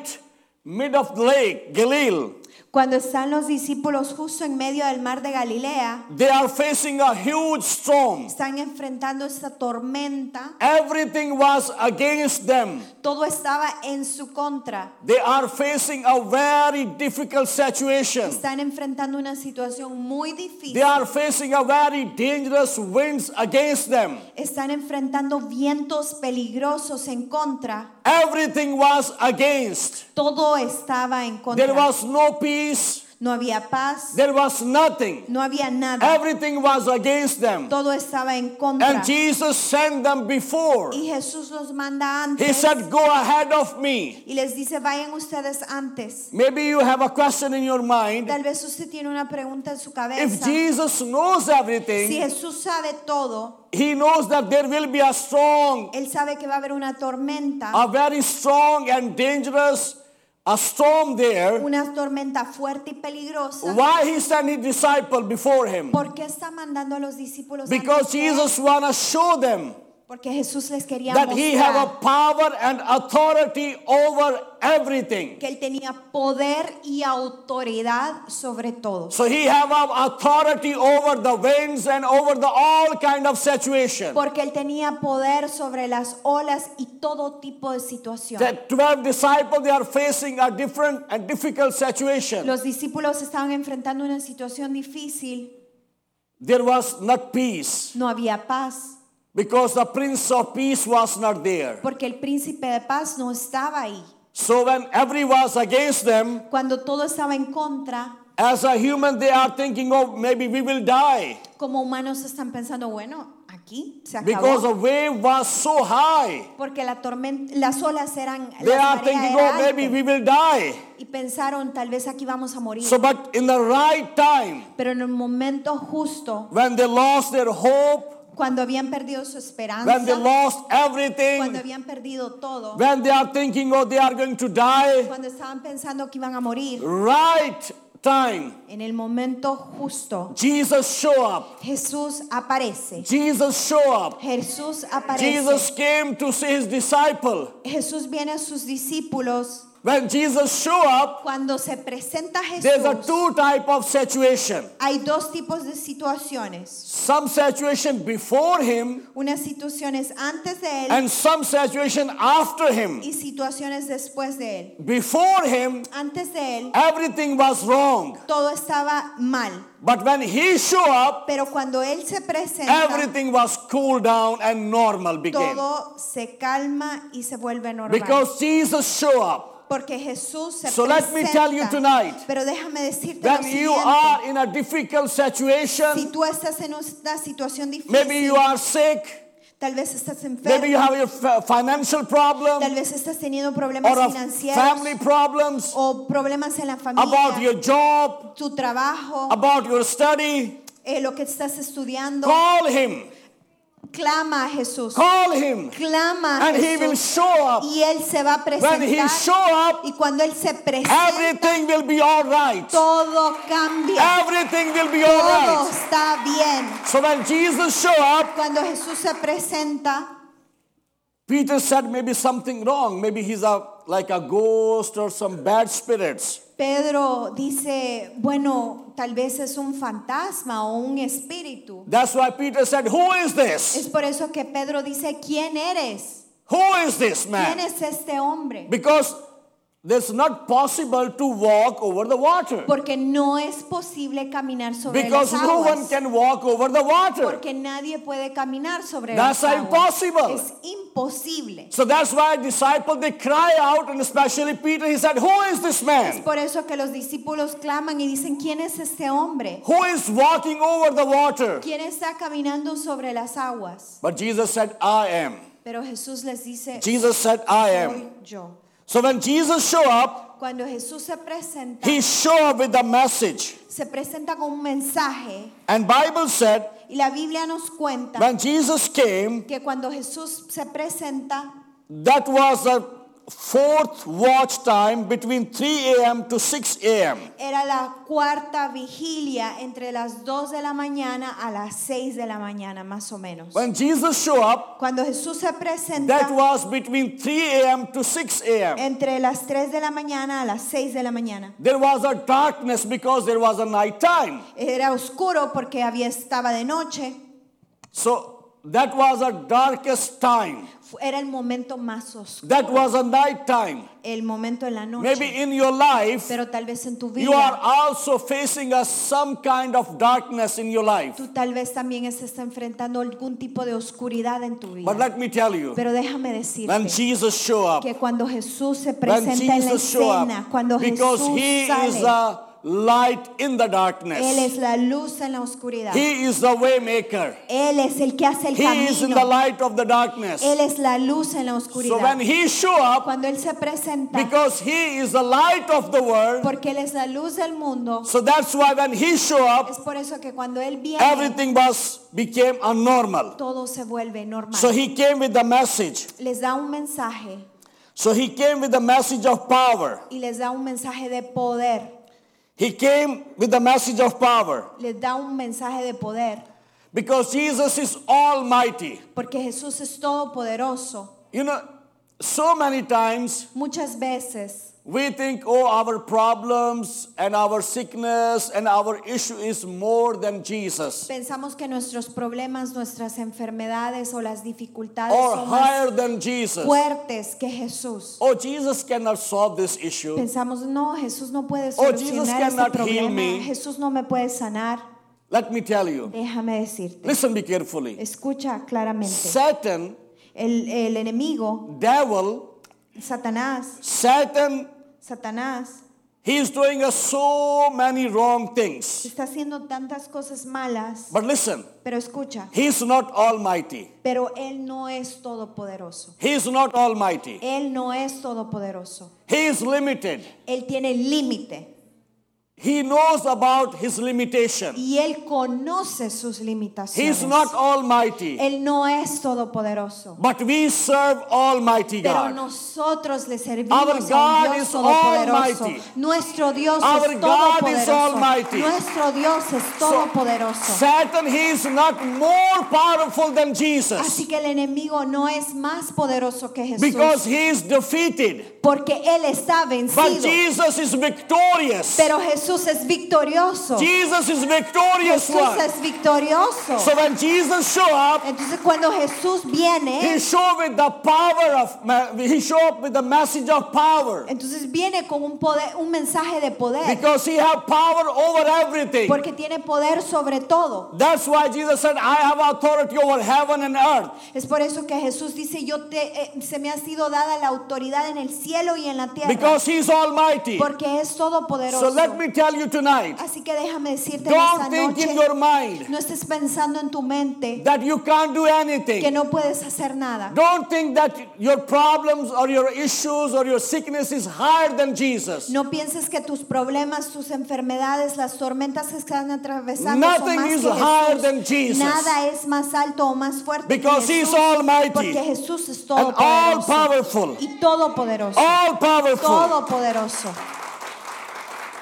[SPEAKER 2] mid of the lake, Galil,
[SPEAKER 3] Cuando están los discípulos justo en medio del mar de Galilea,
[SPEAKER 2] they are facing a huge storm.
[SPEAKER 3] están enfrentando esta tormenta.
[SPEAKER 2] Everything was against them.
[SPEAKER 3] Todo estaba en su contra.
[SPEAKER 2] They are facing a very difficult situation.
[SPEAKER 3] Están enfrentando una situación muy difícil.
[SPEAKER 2] They are facing a very dangerous winds against them.
[SPEAKER 3] Están enfrentando vientos peligrosos en contra.
[SPEAKER 2] Everything was against.
[SPEAKER 3] Todo estaba en contra.
[SPEAKER 2] There was no peace.
[SPEAKER 3] no había paz.
[SPEAKER 2] There was nothing.
[SPEAKER 3] no había nada.
[SPEAKER 2] Everything was against them.
[SPEAKER 3] Todo estaba en contra.
[SPEAKER 2] And Jesus sent them before.
[SPEAKER 3] y Jesús los manda antes.
[SPEAKER 2] He said, Go ahead of me.
[SPEAKER 3] y les dice, vayan ustedes antes.
[SPEAKER 2] Maybe you have a question in your mind.
[SPEAKER 3] Tal vez usted tiene una pregunta en su
[SPEAKER 2] If
[SPEAKER 3] cabeza.
[SPEAKER 2] Jesus knows
[SPEAKER 3] si
[SPEAKER 2] everything,
[SPEAKER 3] Jesús sabe todo,
[SPEAKER 2] he knows that there will be a strong,
[SPEAKER 3] Él sabe que va a haber una tormenta,
[SPEAKER 2] a very strong and dangerous a storm there.
[SPEAKER 3] una tormenta fuerte y peligrosa.
[SPEAKER 2] Why he sent his disciple before him?
[SPEAKER 3] ¿Por qué está mandando a los discípulos?
[SPEAKER 2] Because
[SPEAKER 3] antes de él?
[SPEAKER 2] Jesus wanna show them
[SPEAKER 3] Porque Jesús les quería
[SPEAKER 2] that he had a
[SPEAKER 3] mostrar
[SPEAKER 2] power and authority over everything.
[SPEAKER 3] que él tenía poder y autoridad sobre todo.
[SPEAKER 2] So he have a authority over the winds and over the all kind of situation.
[SPEAKER 3] Porque él tenía poder sobre las olas y todo tipo de situación.
[SPEAKER 2] That 12 disciples, they are facing a different and difficult situation.
[SPEAKER 3] Los discípulos estaban enfrentando una situación difícil,
[SPEAKER 2] There was not peace
[SPEAKER 3] no había paz,
[SPEAKER 2] because the Prince of Peace was not there.
[SPEAKER 3] porque el príncipe de paz no estaba ahí.
[SPEAKER 2] So when everyone was against them,
[SPEAKER 3] Cuando todo estaba en contra,
[SPEAKER 2] as a human, they are thinking, oh, maybe we will die
[SPEAKER 3] como humanos están pensando, bueno, aquí se
[SPEAKER 2] because the
[SPEAKER 3] acabó.
[SPEAKER 2] wave was so high.
[SPEAKER 3] Porque la tormenta, las olas eran,
[SPEAKER 2] They
[SPEAKER 3] la
[SPEAKER 2] are
[SPEAKER 3] marea
[SPEAKER 2] thinking,
[SPEAKER 3] era
[SPEAKER 2] oh, maybe
[SPEAKER 3] alta".
[SPEAKER 2] we will die.
[SPEAKER 3] y pensaron, tal vez aquí vamos a morir.
[SPEAKER 2] So, but in the right time,
[SPEAKER 3] Pero en el momento justo,
[SPEAKER 2] when they lost their hope,
[SPEAKER 3] cuando habían perdido su esperanza,
[SPEAKER 2] when they lost
[SPEAKER 3] cuando
[SPEAKER 2] everything,
[SPEAKER 3] habían perdido todo,
[SPEAKER 2] when they are thinking, oh, they are going to die,
[SPEAKER 3] cuando estaban pensando que iban a morir,
[SPEAKER 2] right time,
[SPEAKER 3] en el momento justo,
[SPEAKER 2] Jesus show up.
[SPEAKER 3] Jesús aparece.
[SPEAKER 2] Jesus show up.
[SPEAKER 3] Jesús aparece.
[SPEAKER 2] Jesus came to see his disciple.
[SPEAKER 3] Jesús viene a sus discípulos.
[SPEAKER 2] When Jesus show up,
[SPEAKER 3] Cuando se presenta
[SPEAKER 2] there's a
[SPEAKER 3] Jesús,
[SPEAKER 2] two type of situation.
[SPEAKER 3] hay dos tipos de situaciones.
[SPEAKER 2] Some situation before him
[SPEAKER 3] Unas situaciones antes de él
[SPEAKER 2] and some situation after him.
[SPEAKER 3] y situaciones después de él.
[SPEAKER 2] Before him,
[SPEAKER 3] Antes de él,
[SPEAKER 2] everything was wrong.
[SPEAKER 3] todo estaba mal.
[SPEAKER 2] But when he show up,
[SPEAKER 3] Pero cuando él se presenta,
[SPEAKER 2] everything was cooled down and normal became.
[SPEAKER 3] todo se calma y se vuelve normal.
[SPEAKER 2] Because Jesus show up.
[SPEAKER 3] Porque Jesús se
[SPEAKER 2] So let
[SPEAKER 3] presenta.
[SPEAKER 2] me tell you tonight,
[SPEAKER 3] pero déjame decirte lo
[SPEAKER 2] When you
[SPEAKER 3] siguiente.
[SPEAKER 2] are in a difficult
[SPEAKER 3] si
[SPEAKER 2] situation,
[SPEAKER 3] tú estás en una situación difícil,
[SPEAKER 2] maybe you are sick,
[SPEAKER 3] tal vez estás enfermo,
[SPEAKER 2] maybe you have a f- financial problem
[SPEAKER 3] tal vez estás teniendo problemas
[SPEAKER 2] or a family
[SPEAKER 3] financieros
[SPEAKER 2] problems
[SPEAKER 3] o problemas en la familia,
[SPEAKER 2] about your job,
[SPEAKER 3] tu trabajo,
[SPEAKER 2] about your study.
[SPEAKER 3] eh, lo que estás estudiando,
[SPEAKER 2] Call him.
[SPEAKER 3] clama a Jesús,
[SPEAKER 2] Call him.
[SPEAKER 3] clama a
[SPEAKER 2] And he will
[SPEAKER 3] Jesús
[SPEAKER 2] show up.
[SPEAKER 3] y él se va a
[SPEAKER 2] When he
[SPEAKER 3] presentar
[SPEAKER 2] show up,
[SPEAKER 3] y cuando él se presenta
[SPEAKER 2] everything will be all right.
[SPEAKER 3] todo cambia,
[SPEAKER 2] Everything will be all
[SPEAKER 3] todo
[SPEAKER 2] right.
[SPEAKER 3] está bien.
[SPEAKER 2] So when Jesus show up,
[SPEAKER 3] Cuando Jesús se presenta
[SPEAKER 2] Peter said maybe something wrong. Maybe he's a like a ghost or some bad spirits.
[SPEAKER 3] Pedro dice, bueno, tal vez es un fantasma o un espíritu.
[SPEAKER 2] That's why Peter said, "Who is
[SPEAKER 3] Es
[SPEAKER 2] this?
[SPEAKER 3] por eso que Pedro dice, ¿quién eres?
[SPEAKER 2] Who is this
[SPEAKER 3] ¿Quién
[SPEAKER 2] man?"
[SPEAKER 3] es este hombre?
[SPEAKER 2] Because it's not possible to walk over the water.
[SPEAKER 3] Porque no es posible caminar sobre
[SPEAKER 2] Because
[SPEAKER 3] las
[SPEAKER 2] no
[SPEAKER 3] aguas.
[SPEAKER 2] one can walk over the water.
[SPEAKER 3] porque nadie puede caminar sobre
[SPEAKER 2] That's
[SPEAKER 3] las aguas.
[SPEAKER 2] impossible.
[SPEAKER 3] Es imposible.
[SPEAKER 2] So that's why disciples they cry out, and especially Peter, he said, Who is this
[SPEAKER 3] Es
[SPEAKER 2] man?
[SPEAKER 3] por eso que los discípulos claman y dicen, ¿quién es este hombre?
[SPEAKER 2] Who is walking over the water?
[SPEAKER 3] ¿Quién está caminando sobre las aguas?
[SPEAKER 2] But Jesus said, I am.
[SPEAKER 3] Pero Jesús les dice,
[SPEAKER 2] Jesus said, I
[SPEAKER 3] soy
[SPEAKER 2] am.
[SPEAKER 3] yo.
[SPEAKER 2] So when Jesus show up,
[SPEAKER 3] Cuando Jesús se presenta,
[SPEAKER 2] he show up with the message.
[SPEAKER 3] se presenta con un mensaje
[SPEAKER 2] And Bible said,
[SPEAKER 3] y la Biblia nos cuenta
[SPEAKER 2] when Jesus came,
[SPEAKER 3] que cuando Jesús se presenta
[SPEAKER 2] that was the fourth watch time between 3 a.m. to 6 a.m.
[SPEAKER 3] era la cuarta vigilia entre las 2 de la mañana a las 6 de la mañana más o menos.
[SPEAKER 2] When Jesus show up,
[SPEAKER 3] Cuando Jesús se
[SPEAKER 2] that
[SPEAKER 3] presenta
[SPEAKER 2] was between 3 a.m. to 6 a.m.
[SPEAKER 3] entre las 3 de la mañana a las 6 de la mañana.
[SPEAKER 2] There was a darkness because there was a night time.
[SPEAKER 3] Era oscuro porque había estaba de noche,
[SPEAKER 2] So that was a darkest time.
[SPEAKER 3] Fu- era el momento más oscuro,
[SPEAKER 2] That was a night time.
[SPEAKER 3] el momento en la
[SPEAKER 2] Maybe
[SPEAKER 3] noche.
[SPEAKER 2] in your life,
[SPEAKER 3] Pero tal vez en tu
[SPEAKER 2] you are
[SPEAKER 3] vida
[SPEAKER 2] also facing a, some kind of darkness in your life.
[SPEAKER 3] tú tal vez también estés enfrentando algún tipo de oscuridad en tu vida.
[SPEAKER 2] But let me tell you,
[SPEAKER 3] Pero déjame
[SPEAKER 2] when
[SPEAKER 3] decirte
[SPEAKER 2] Jesus show up,
[SPEAKER 3] que cuando Jesús se
[SPEAKER 2] when
[SPEAKER 3] presenta en la
[SPEAKER 2] Jesus show
[SPEAKER 3] escena, cuando
[SPEAKER 2] up,
[SPEAKER 3] Jesús
[SPEAKER 2] because He is
[SPEAKER 3] sale,
[SPEAKER 2] a light in the
[SPEAKER 3] Él es
[SPEAKER 2] darkness.
[SPEAKER 3] la luz en la oscuridad.
[SPEAKER 2] He is the way maker.
[SPEAKER 3] Él es el que hace el
[SPEAKER 2] He is in the
[SPEAKER 3] camino.
[SPEAKER 2] light of the darkness.
[SPEAKER 3] Él es la luz en la
[SPEAKER 2] So when
[SPEAKER 3] oscuridad.
[SPEAKER 2] He show up,
[SPEAKER 3] Cuando Él se presenta,
[SPEAKER 2] because He is the light of the world,
[SPEAKER 3] porque Él es la luz del mundo,
[SPEAKER 2] so that's why when He show up,
[SPEAKER 3] es por eso que cuando Él viene,
[SPEAKER 2] everything was became abnormal.
[SPEAKER 3] todo se vuelve normal.
[SPEAKER 2] So he came with the message.
[SPEAKER 3] Les da un mensaje
[SPEAKER 2] So he came with the message of power.
[SPEAKER 3] y les da un mensaje de poder.
[SPEAKER 2] He came with the message of power.
[SPEAKER 3] Les da un mensaje de poder.
[SPEAKER 2] Because Jesus is almighty.
[SPEAKER 3] porque Jesús es todopoderoso.
[SPEAKER 2] You know, so many times
[SPEAKER 3] Muchas veces
[SPEAKER 2] we think, oh, our problems and our sickness and our issue is more than Jesus
[SPEAKER 3] pensamos que nuestros problemas, nuestras enfermedades o las dificultades
[SPEAKER 2] or
[SPEAKER 3] son más
[SPEAKER 2] higher than Jesus.
[SPEAKER 3] fuertes que Jesús.
[SPEAKER 2] Oh, Jesus cannot solve this issue.
[SPEAKER 3] Pensamos, no, Jesús no puede
[SPEAKER 2] Oh, Jesus
[SPEAKER 3] solucionar este
[SPEAKER 2] cannot heal me.
[SPEAKER 3] problema, Jesús no me puede sanar.
[SPEAKER 2] Let me tell you.
[SPEAKER 3] Déjame decirte,
[SPEAKER 2] Listen be carefully.
[SPEAKER 3] escucha claramente.
[SPEAKER 2] Satan,
[SPEAKER 3] El, el enemigo,
[SPEAKER 2] devil,
[SPEAKER 3] Satanás,
[SPEAKER 2] Satan,
[SPEAKER 3] Satanás,
[SPEAKER 2] he is doing us so many wrong things.
[SPEAKER 3] está haciendo tantas cosas malas,
[SPEAKER 2] But listen,
[SPEAKER 3] pero escucha,
[SPEAKER 2] he is not almighty.
[SPEAKER 3] pero Él no es todopoderoso.
[SPEAKER 2] He is not almighty.
[SPEAKER 3] Él no es todopoderoso.
[SPEAKER 2] He is limited.
[SPEAKER 3] Él tiene límite
[SPEAKER 2] He knows about his limitation.
[SPEAKER 3] y Él conoce sus
[SPEAKER 2] He
[SPEAKER 3] limitaciones.
[SPEAKER 2] is not almighty.
[SPEAKER 3] Él no es todopoderoso.
[SPEAKER 2] But we serve almighty
[SPEAKER 3] Pero
[SPEAKER 2] God.
[SPEAKER 3] nosotros le
[SPEAKER 2] Our
[SPEAKER 3] servimos a
[SPEAKER 2] God
[SPEAKER 3] un Dios
[SPEAKER 2] is
[SPEAKER 3] todopoderoso.
[SPEAKER 2] almighty.
[SPEAKER 3] Nuestro Dios
[SPEAKER 2] Our God is
[SPEAKER 3] es todopoderoso.
[SPEAKER 2] almighty.
[SPEAKER 3] Nuestro Dios es todopoderoso.
[SPEAKER 2] Satan, he is not more powerful than
[SPEAKER 3] Así
[SPEAKER 2] Jesus.
[SPEAKER 3] que el enemigo no es más poderoso que Jesús
[SPEAKER 2] Because he is defeated.
[SPEAKER 3] porque él está
[SPEAKER 2] But
[SPEAKER 3] vencido.
[SPEAKER 2] Jesus is victorious.
[SPEAKER 3] Pero Jesús es victorioso.
[SPEAKER 2] Jesus is victorious
[SPEAKER 3] Jesús
[SPEAKER 2] one.
[SPEAKER 3] es victorioso.
[SPEAKER 2] So when Jesus show up,
[SPEAKER 3] Entonces cuando Jesús
[SPEAKER 2] he
[SPEAKER 3] viene,
[SPEAKER 2] show with the power of ma- he show up with the message of power
[SPEAKER 3] entonces viene con un poder, un mensaje de poder,
[SPEAKER 2] because he have power over everything.
[SPEAKER 3] porque tiene poder sobre todo.
[SPEAKER 2] That's why Jesus said, "I have authority over heaven and earth."
[SPEAKER 3] Es por eso que Jesús dice, yo te, eh, se me ha sido dada la autoridad en el cielo y en la tierra,
[SPEAKER 2] Because he's almighty.
[SPEAKER 3] porque es
[SPEAKER 2] So
[SPEAKER 3] todopoderoso.
[SPEAKER 2] let me tell you tonight.
[SPEAKER 3] Así que déjame decirte en esta
[SPEAKER 2] Don't think in your
[SPEAKER 3] noche,
[SPEAKER 2] mind
[SPEAKER 3] no estés pensando en tu mente
[SPEAKER 2] that you can't do
[SPEAKER 3] que
[SPEAKER 2] anything.
[SPEAKER 3] no puedes hacer nada.
[SPEAKER 2] Don't think that your problems or your issues or your sickness is higher than Jesus.
[SPEAKER 3] No pienses que tus problemas, tus enfermedades, las tormentas que están atravesando
[SPEAKER 2] Nothing
[SPEAKER 3] son más
[SPEAKER 2] is
[SPEAKER 3] que
[SPEAKER 2] higher
[SPEAKER 3] Jesús.
[SPEAKER 2] than Jesus.
[SPEAKER 3] Nada es más alto o más fuerte
[SPEAKER 2] Because
[SPEAKER 3] que
[SPEAKER 2] he is
[SPEAKER 3] Jesús,
[SPEAKER 2] almighty
[SPEAKER 3] porque Jesús es
[SPEAKER 2] and all
[SPEAKER 3] todopoderoso
[SPEAKER 2] powerful.
[SPEAKER 3] y todopoderoso,
[SPEAKER 2] All powerful.
[SPEAKER 3] todopoderoso.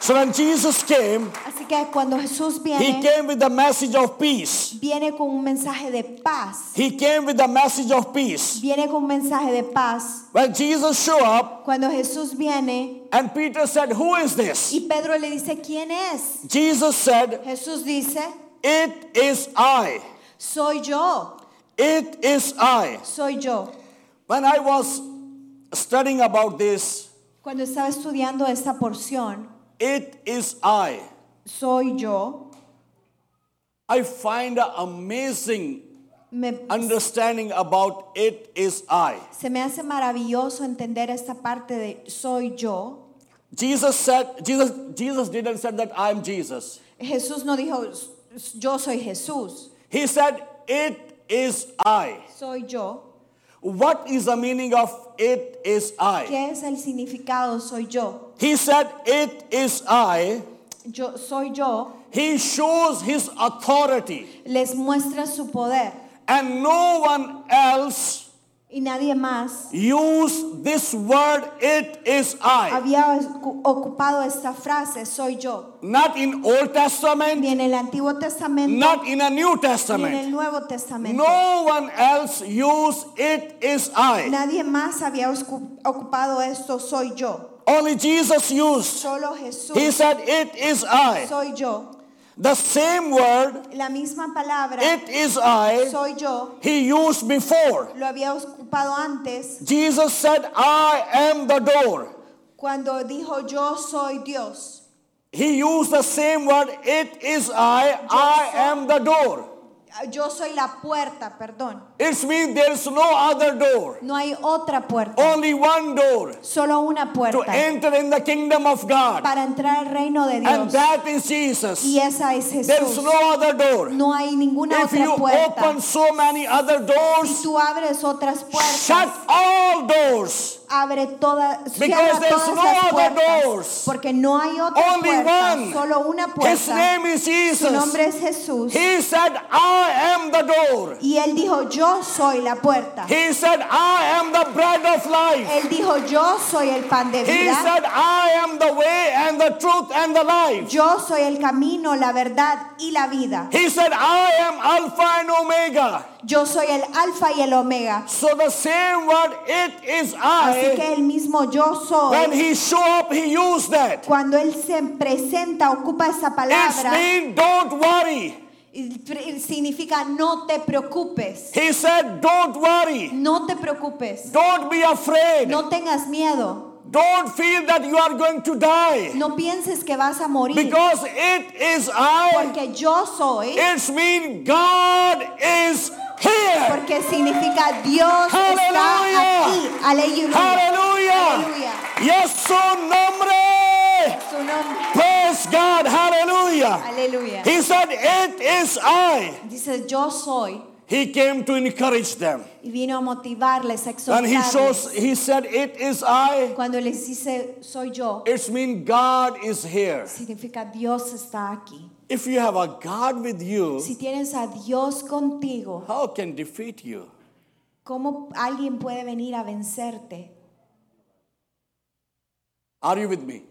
[SPEAKER 2] So when Jesus came,
[SPEAKER 3] Así que cuando Jesús
[SPEAKER 2] he
[SPEAKER 3] viene,
[SPEAKER 2] came with the message of peace.
[SPEAKER 3] viene con un mensaje de paz,
[SPEAKER 2] He came with the message of peace.
[SPEAKER 3] viene con un mensaje de paz.
[SPEAKER 2] When Jesus show up
[SPEAKER 3] Cuando Jesús viene
[SPEAKER 2] and Peter said, "Who is this?"
[SPEAKER 3] y Pedro le dice, ¿quién es?
[SPEAKER 2] Jesus said,
[SPEAKER 3] Jesús dice,
[SPEAKER 2] "It is I.
[SPEAKER 3] soy yo,
[SPEAKER 2] It is I."
[SPEAKER 3] soy yo.
[SPEAKER 2] When I was studying about this,
[SPEAKER 3] Cuando estaba estudiando esta porción,
[SPEAKER 2] "It is I,"
[SPEAKER 3] soy yo,
[SPEAKER 2] I find an amazing
[SPEAKER 3] me-
[SPEAKER 2] understanding about "It is I."
[SPEAKER 3] se me hace maravilloso entender esta parte de soy yo.
[SPEAKER 2] Jesus said, Jesus, Jesus didn't said that I'm Jesus.
[SPEAKER 3] Jesús no dijo "S- yo soy Jesús,
[SPEAKER 2] He said, It is I.
[SPEAKER 3] soy yo.
[SPEAKER 2] What is the meaning of it is I?
[SPEAKER 3] ¿Qué es el significado soy yo?
[SPEAKER 2] He said, It is I.
[SPEAKER 3] Yo soy yo
[SPEAKER 2] He shows his authority,
[SPEAKER 3] les muestra su poder
[SPEAKER 2] and no one else
[SPEAKER 3] y nadie más
[SPEAKER 2] use this word, It is I.
[SPEAKER 3] había ocu- ocupado esta frase soy yo,
[SPEAKER 2] Not in Old
[SPEAKER 3] ni
[SPEAKER 2] Testament,
[SPEAKER 3] en el Antiguo Testamento
[SPEAKER 2] not in a New
[SPEAKER 3] ni en el
[SPEAKER 2] Testament.
[SPEAKER 3] Nuevo Testamento.
[SPEAKER 2] No one else use it is I.
[SPEAKER 3] Nadie más había oscu- ocupado esto soy yo.
[SPEAKER 2] Only Jesus used.
[SPEAKER 3] Solo Jesús
[SPEAKER 2] He said, It is I.
[SPEAKER 3] soy yo.
[SPEAKER 2] The same word,
[SPEAKER 3] La misma palabra
[SPEAKER 2] it is I,
[SPEAKER 3] soy yo
[SPEAKER 2] he used before.
[SPEAKER 3] lo había ocupado antes
[SPEAKER 2] Jesus said, I am the door.
[SPEAKER 3] cuando dijo yo soy Dios.
[SPEAKER 2] He used the same word, it is I, I am the door.
[SPEAKER 3] Yo soy la puerta, perdón.
[SPEAKER 2] It means there is no other door,
[SPEAKER 3] No hay otra puerta,
[SPEAKER 2] only one door
[SPEAKER 3] solo una
[SPEAKER 2] to
[SPEAKER 3] puerta
[SPEAKER 2] enter in the kingdom of God,
[SPEAKER 3] para entrar al reino de
[SPEAKER 2] and
[SPEAKER 3] Dios.
[SPEAKER 2] that is Jesus.
[SPEAKER 3] Y esa es
[SPEAKER 2] There is
[SPEAKER 3] Jesús.
[SPEAKER 2] no other door.
[SPEAKER 3] No hay ninguna
[SPEAKER 2] If
[SPEAKER 3] otra
[SPEAKER 2] you
[SPEAKER 3] puerta.
[SPEAKER 2] open so many other
[SPEAKER 3] Si
[SPEAKER 2] doors,
[SPEAKER 3] tú abres otras
[SPEAKER 2] shut
[SPEAKER 3] puertas,
[SPEAKER 2] all doors.
[SPEAKER 3] ab- abre toda, cierra
[SPEAKER 2] Because there's
[SPEAKER 3] todas
[SPEAKER 2] no
[SPEAKER 3] las
[SPEAKER 2] other
[SPEAKER 3] puertas,
[SPEAKER 2] doors.
[SPEAKER 3] porque no hay otra
[SPEAKER 2] Only
[SPEAKER 3] puerta,
[SPEAKER 2] one.
[SPEAKER 3] solo una
[SPEAKER 2] His
[SPEAKER 3] puerta.
[SPEAKER 2] name is
[SPEAKER 3] Su nombre
[SPEAKER 2] Jesus.
[SPEAKER 3] es Jesús.
[SPEAKER 2] He said, I am the door.
[SPEAKER 3] Y él dijo, yo soy la puerta.
[SPEAKER 2] He said, I am the bread of life.
[SPEAKER 3] Él dijo, yo soy el pan de
[SPEAKER 2] He
[SPEAKER 3] vida.
[SPEAKER 2] said, I am the way and the truth and the life.
[SPEAKER 3] Yo soy el camino, la verdad y la vida.
[SPEAKER 2] He said, I am Alpha and Omega.
[SPEAKER 3] Yo soy el alfa y el omega.
[SPEAKER 2] So the same word, it is
[SPEAKER 3] Así
[SPEAKER 2] I.
[SPEAKER 3] que el mismo yo
[SPEAKER 2] When
[SPEAKER 3] soy.
[SPEAKER 2] he show up, he used that.
[SPEAKER 3] Cuando él se presenta, ocupa esa
[SPEAKER 2] It's
[SPEAKER 3] palabra.
[SPEAKER 2] mean don't worry.
[SPEAKER 3] y pr- Significa no te preocupes.
[SPEAKER 2] He said, don't worry.
[SPEAKER 3] No te preocupes.
[SPEAKER 2] Don't be afraid.
[SPEAKER 3] No tengas miedo.
[SPEAKER 2] Don't feel that you are going to die.
[SPEAKER 3] No pienses que vas a morir.
[SPEAKER 2] Because it is I.
[SPEAKER 3] Porque yo soy.
[SPEAKER 2] It's mean God is here.
[SPEAKER 3] Porque significa Dios
[SPEAKER 2] Aleluya.
[SPEAKER 3] está aquí. Aleluya.
[SPEAKER 2] Aleluya.
[SPEAKER 3] Aleluya.
[SPEAKER 2] Yes, su nombre.
[SPEAKER 3] Su nombre.
[SPEAKER 2] Praise God. Hallelujah.
[SPEAKER 3] Aleluya.
[SPEAKER 2] He said, it is I.
[SPEAKER 3] Dice, yo soy.
[SPEAKER 2] He came to encourage them.
[SPEAKER 3] Y vino a motivarles, a
[SPEAKER 2] And he
[SPEAKER 3] exhortarles.
[SPEAKER 2] shows, he said, it is I.
[SPEAKER 3] Cuando les dice, soy yo,
[SPEAKER 2] It's mean God is here.
[SPEAKER 3] significa Dios está aquí.
[SPEAKER 2] If you have a God with you,
[SPEAKER 3] Si tienes a Dios contigo,
[SPEAKER 2] how can defeat you?
[SPEAKER 3] ¿cómo alguien puede venir a vencerte?
[SPEAKER 2] Are you with me?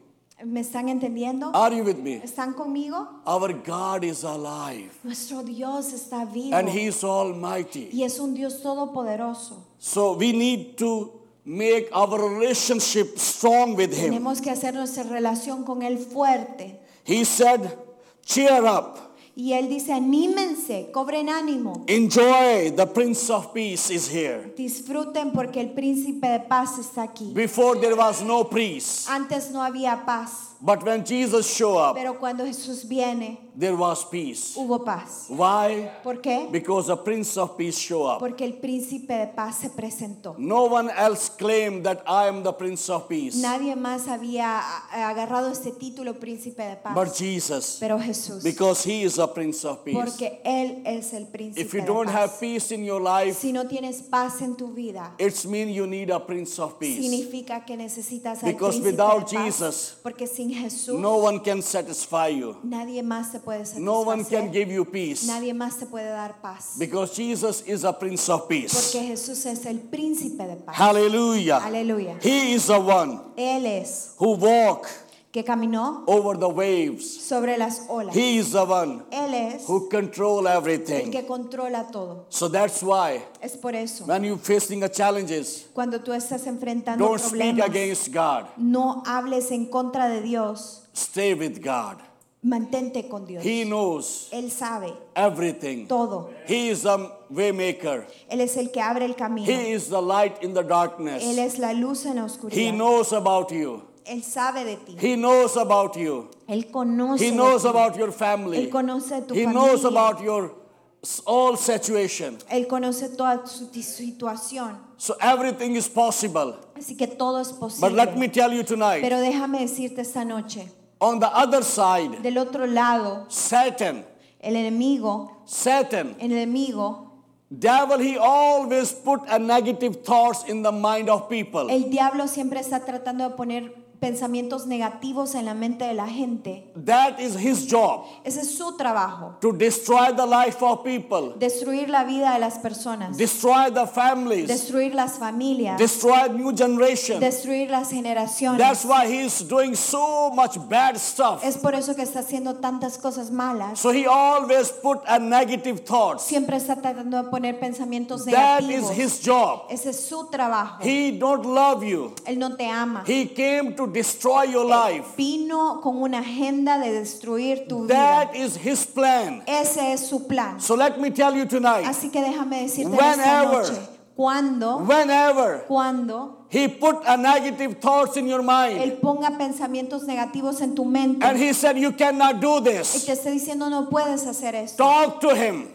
[SPEAKER 3] ¿Me están entendiendo?
[SPEAKER 2] Are you with me?
[SPEAKER 3] ¿Están conmigo?
[SPEAKER 2] Our God is alive
[SPEAKER 3] Nuestro Dios está vivo
[SPEAKER 2] and he is almighty.
[SPEAKER 3] y es un Dios todopoderoso.
[SPEAKER 2] So we need to make our relationship strong with him.
[SPEAKER 3] Tenemos que hacer nuestra relación con Él fuerte.
[SPEAKER 2] He said, cheer up.
[SPEAKER 3] Y Él dice, anímense, cobren ánimo,
[SPEAKER 2] Enjoy the Prince of Peace is here.
[SPEAKER 3] disfruten porque el príncipe de paz está aquí.
[SPEAKER 2] Before there was no peace,
[SPEAKER 3] Antes no había paz,
[SPEAKER 2] but when Jesus showed up,
[SPEAKER 3] pero cuando Jesús viene,
[SPEAKER 2] there was peace.
[SPEAKER 3] hubo paz.
[SPEAKER 2] Why?
[SPEAKER 3] ¿Por qué?
[SPEAKER 2] Because the Prince of Peace showed up.
[SPEAKER 3] Porque el príncipe de paz se presentó.
[SPEAKER 2] No one else claimed that I am the Prince of Peace
[SPEAKER 3] Nadie más había a- agarrado este título príncipe de paz.
[SPEAKER 2] but Jesus
[SPEAKER 3] pero Jesús.
[SPEAKER 2] because He is the Prince of Peace.
[SPEAKER 3] Porque Él es el príncipe
[SPEAKER 2] If you
[SPEAKER 3] de
[SPEAKER 2] don't
[SPEAKER 3] paz.
[SPEAKER 2] have peace in your life,
[SPEAKER 3] si no tienes paz en tu vida,
[SPEAKER 2] it's mean you need a Prince of Peace.
[SPEAKER 3] significa que necesitas al
[SPEAKER 2] Because
[SPEAKER 3] príncipe
[SPEAKER 2] without
[SPEAKER 3] de paz.
[SPEAKER 2] Jesus,
[SPEAKER 3] porque sin Jesús,
[SPEAKER 2] No one can satisfy you,
[SPEAKER 3] nadie más te puede satisfacer.
[SPEAKER 2] no one can give you peace
[SPEAKER 3] nadie más te puede dar paz.
[SPEAKER 2] because Jesus is a Prince of Peace.
[SPEAKER 3] porque Jesús es el príncipe de paz.
[SPEAKER 2] Hallelujah.
[SPEAKER 3] Aleluya.
[SPEAKER 2] He is the one
[SPEAKER 3] Él es
[SPEAKER 2] who walked
[SPEAKER 3] que caminó
[SPEAKER 2] over the waves,
[SPEAKER 3] sobre las olas.
[SPEAKER 2] He is the one
[SPEAKER 3] Él es
[SPEAKER 2] who control
[SPEAKER 3] el
[SPEAKER 2] everything.
[SPEAKER 3] que controla todo.
[SPEAKER 2] So that's why
[SPEAKER 3] Es por eso.
[SPEAKER 2] when you're facing the challenges,
[SPEAKER 3] Cuando tú estás enfrentando
[SPEAKER 2] Don't speak
[SPEAKER 3] problemas,
[SPEAKER 2] against God.
[SPEAKER 3] no hables en contra de Dios.
[SPEAKER 2] Stay with God.
[SPEAKER 3] Mantente con Dios.
[SPEAKER 2] He knows
[SPEAKER 3] Él sabe
[SPEAKER 2] everything.
[SPEAKER 3] todo.
[SPEAKER 2] He is a waymaker.
[SPEAKER 3] Él es el que abre el camino.
[SPEAKER 2] He is the light in the
[SPEAKER 3] Él
[SPEAKER 2] darkness.
[SPEAKER 3] es la luz en la oscuridad.
[SPEAKER 2] He knows about you.
[SPEAKER 3] Él sabe de ti.
[SPEAKER 2] He knows about you.
[SPEAKER 3] Él conoce.
[SPEAKER 2] He
[SPEAKER 3] de
[SPEAKER 2] knows
[SPEAKER 3] ti.
[SPEAKER 2] about your family.
[SPEAKER 3] Él conoce tu
[SPEAKER 2] He
[SPEAKER 3] familia.
[SPEAKER 2] knows about your s- all situation.
[SPEAKER 3] Él conoce toda su ti- situación.
[SPEAKER 2] So everything is possible.
[SPEAKER 3] Así que todo es posible.
[SPEAKER 2] But let me tell you tonight,
[SPEAKER 3] Pero déjame decirte esta noche,
[SPEAKER 2] on the other side,
[SPEAKER 3] del otro lado,
[SPEAKER 2] Satan,
[SPEAKER 3] el enemigo,
[SPEAKER 2] Satan,
[SPEAKER 3] el enemigo,
[SPEAKER 2] devil, he always put a negative thoughts in the mind of people.
[SPEAKER 3] el diablo siempre está tratando de poner pensamientos negativos en la mente de la gente.
[SPEAKER 2] That is his job
[SPEAKER 3] Ese es su trabajo,
[SPEAKER 2] to destroy the life of people,
[SPEAKER 3] destruir la vida de las personas,
[SPEAKER 2] destroy the families,
[SPEAKER 3] destruir las familias,
[SPEAKER 2] destroy new generation.
[SPEAKER 3] destruir las generaciones.
[SPEAKER 2] That's why he's doing so much bad stuff.
[SPEAKER 3] Es por eso que está haciendo tantas cosas malas.
[SPEAKER 2] So he always put a negative thoughts.
[SPEAKER 3] Siempre está tratando de poner pensamientos
[SPEAKER 2] That is
[SPEAKER 3] negativos.
[SPEAKER 2] his job.
[SPEAKER 3] Ese es su trabajo.
[SPEAKER 2] He don't love you.
[SPEAKER 3] Él no te ama.
[SPEAKER 2] He came to destroy your life.
[SPEAKER 3] Vino con una agenda de destruir tu vida.
[SPEAKER 2] That is his plan.
[SPEAKER 3] Ese es su plan.
[SPEAKER 2] So let me tell you tonight.
[SPEAKER 3] Así que déjame decirte en esta
[SPEAKER 2] Whenever.
[SPEAKER 3] noche, cuando,
[SPEAKER 2] Whenever
[SPEAKER 3] cuando
[SPEAKER 2] he put a negative thoughts in your mind
[SPEAKER 3] él ponga pensamientos negativos en tu
[SPEAKER 2] and
[SPEAKER 3] mente
[SPEAKER 2] he said you cannot do
[SPEAKER 3] y
[SPEAKER 2] this.
[SPEAKER 3] te esté diciendo no puedes hacer esto,
[SPEAKER 2] Talk to him.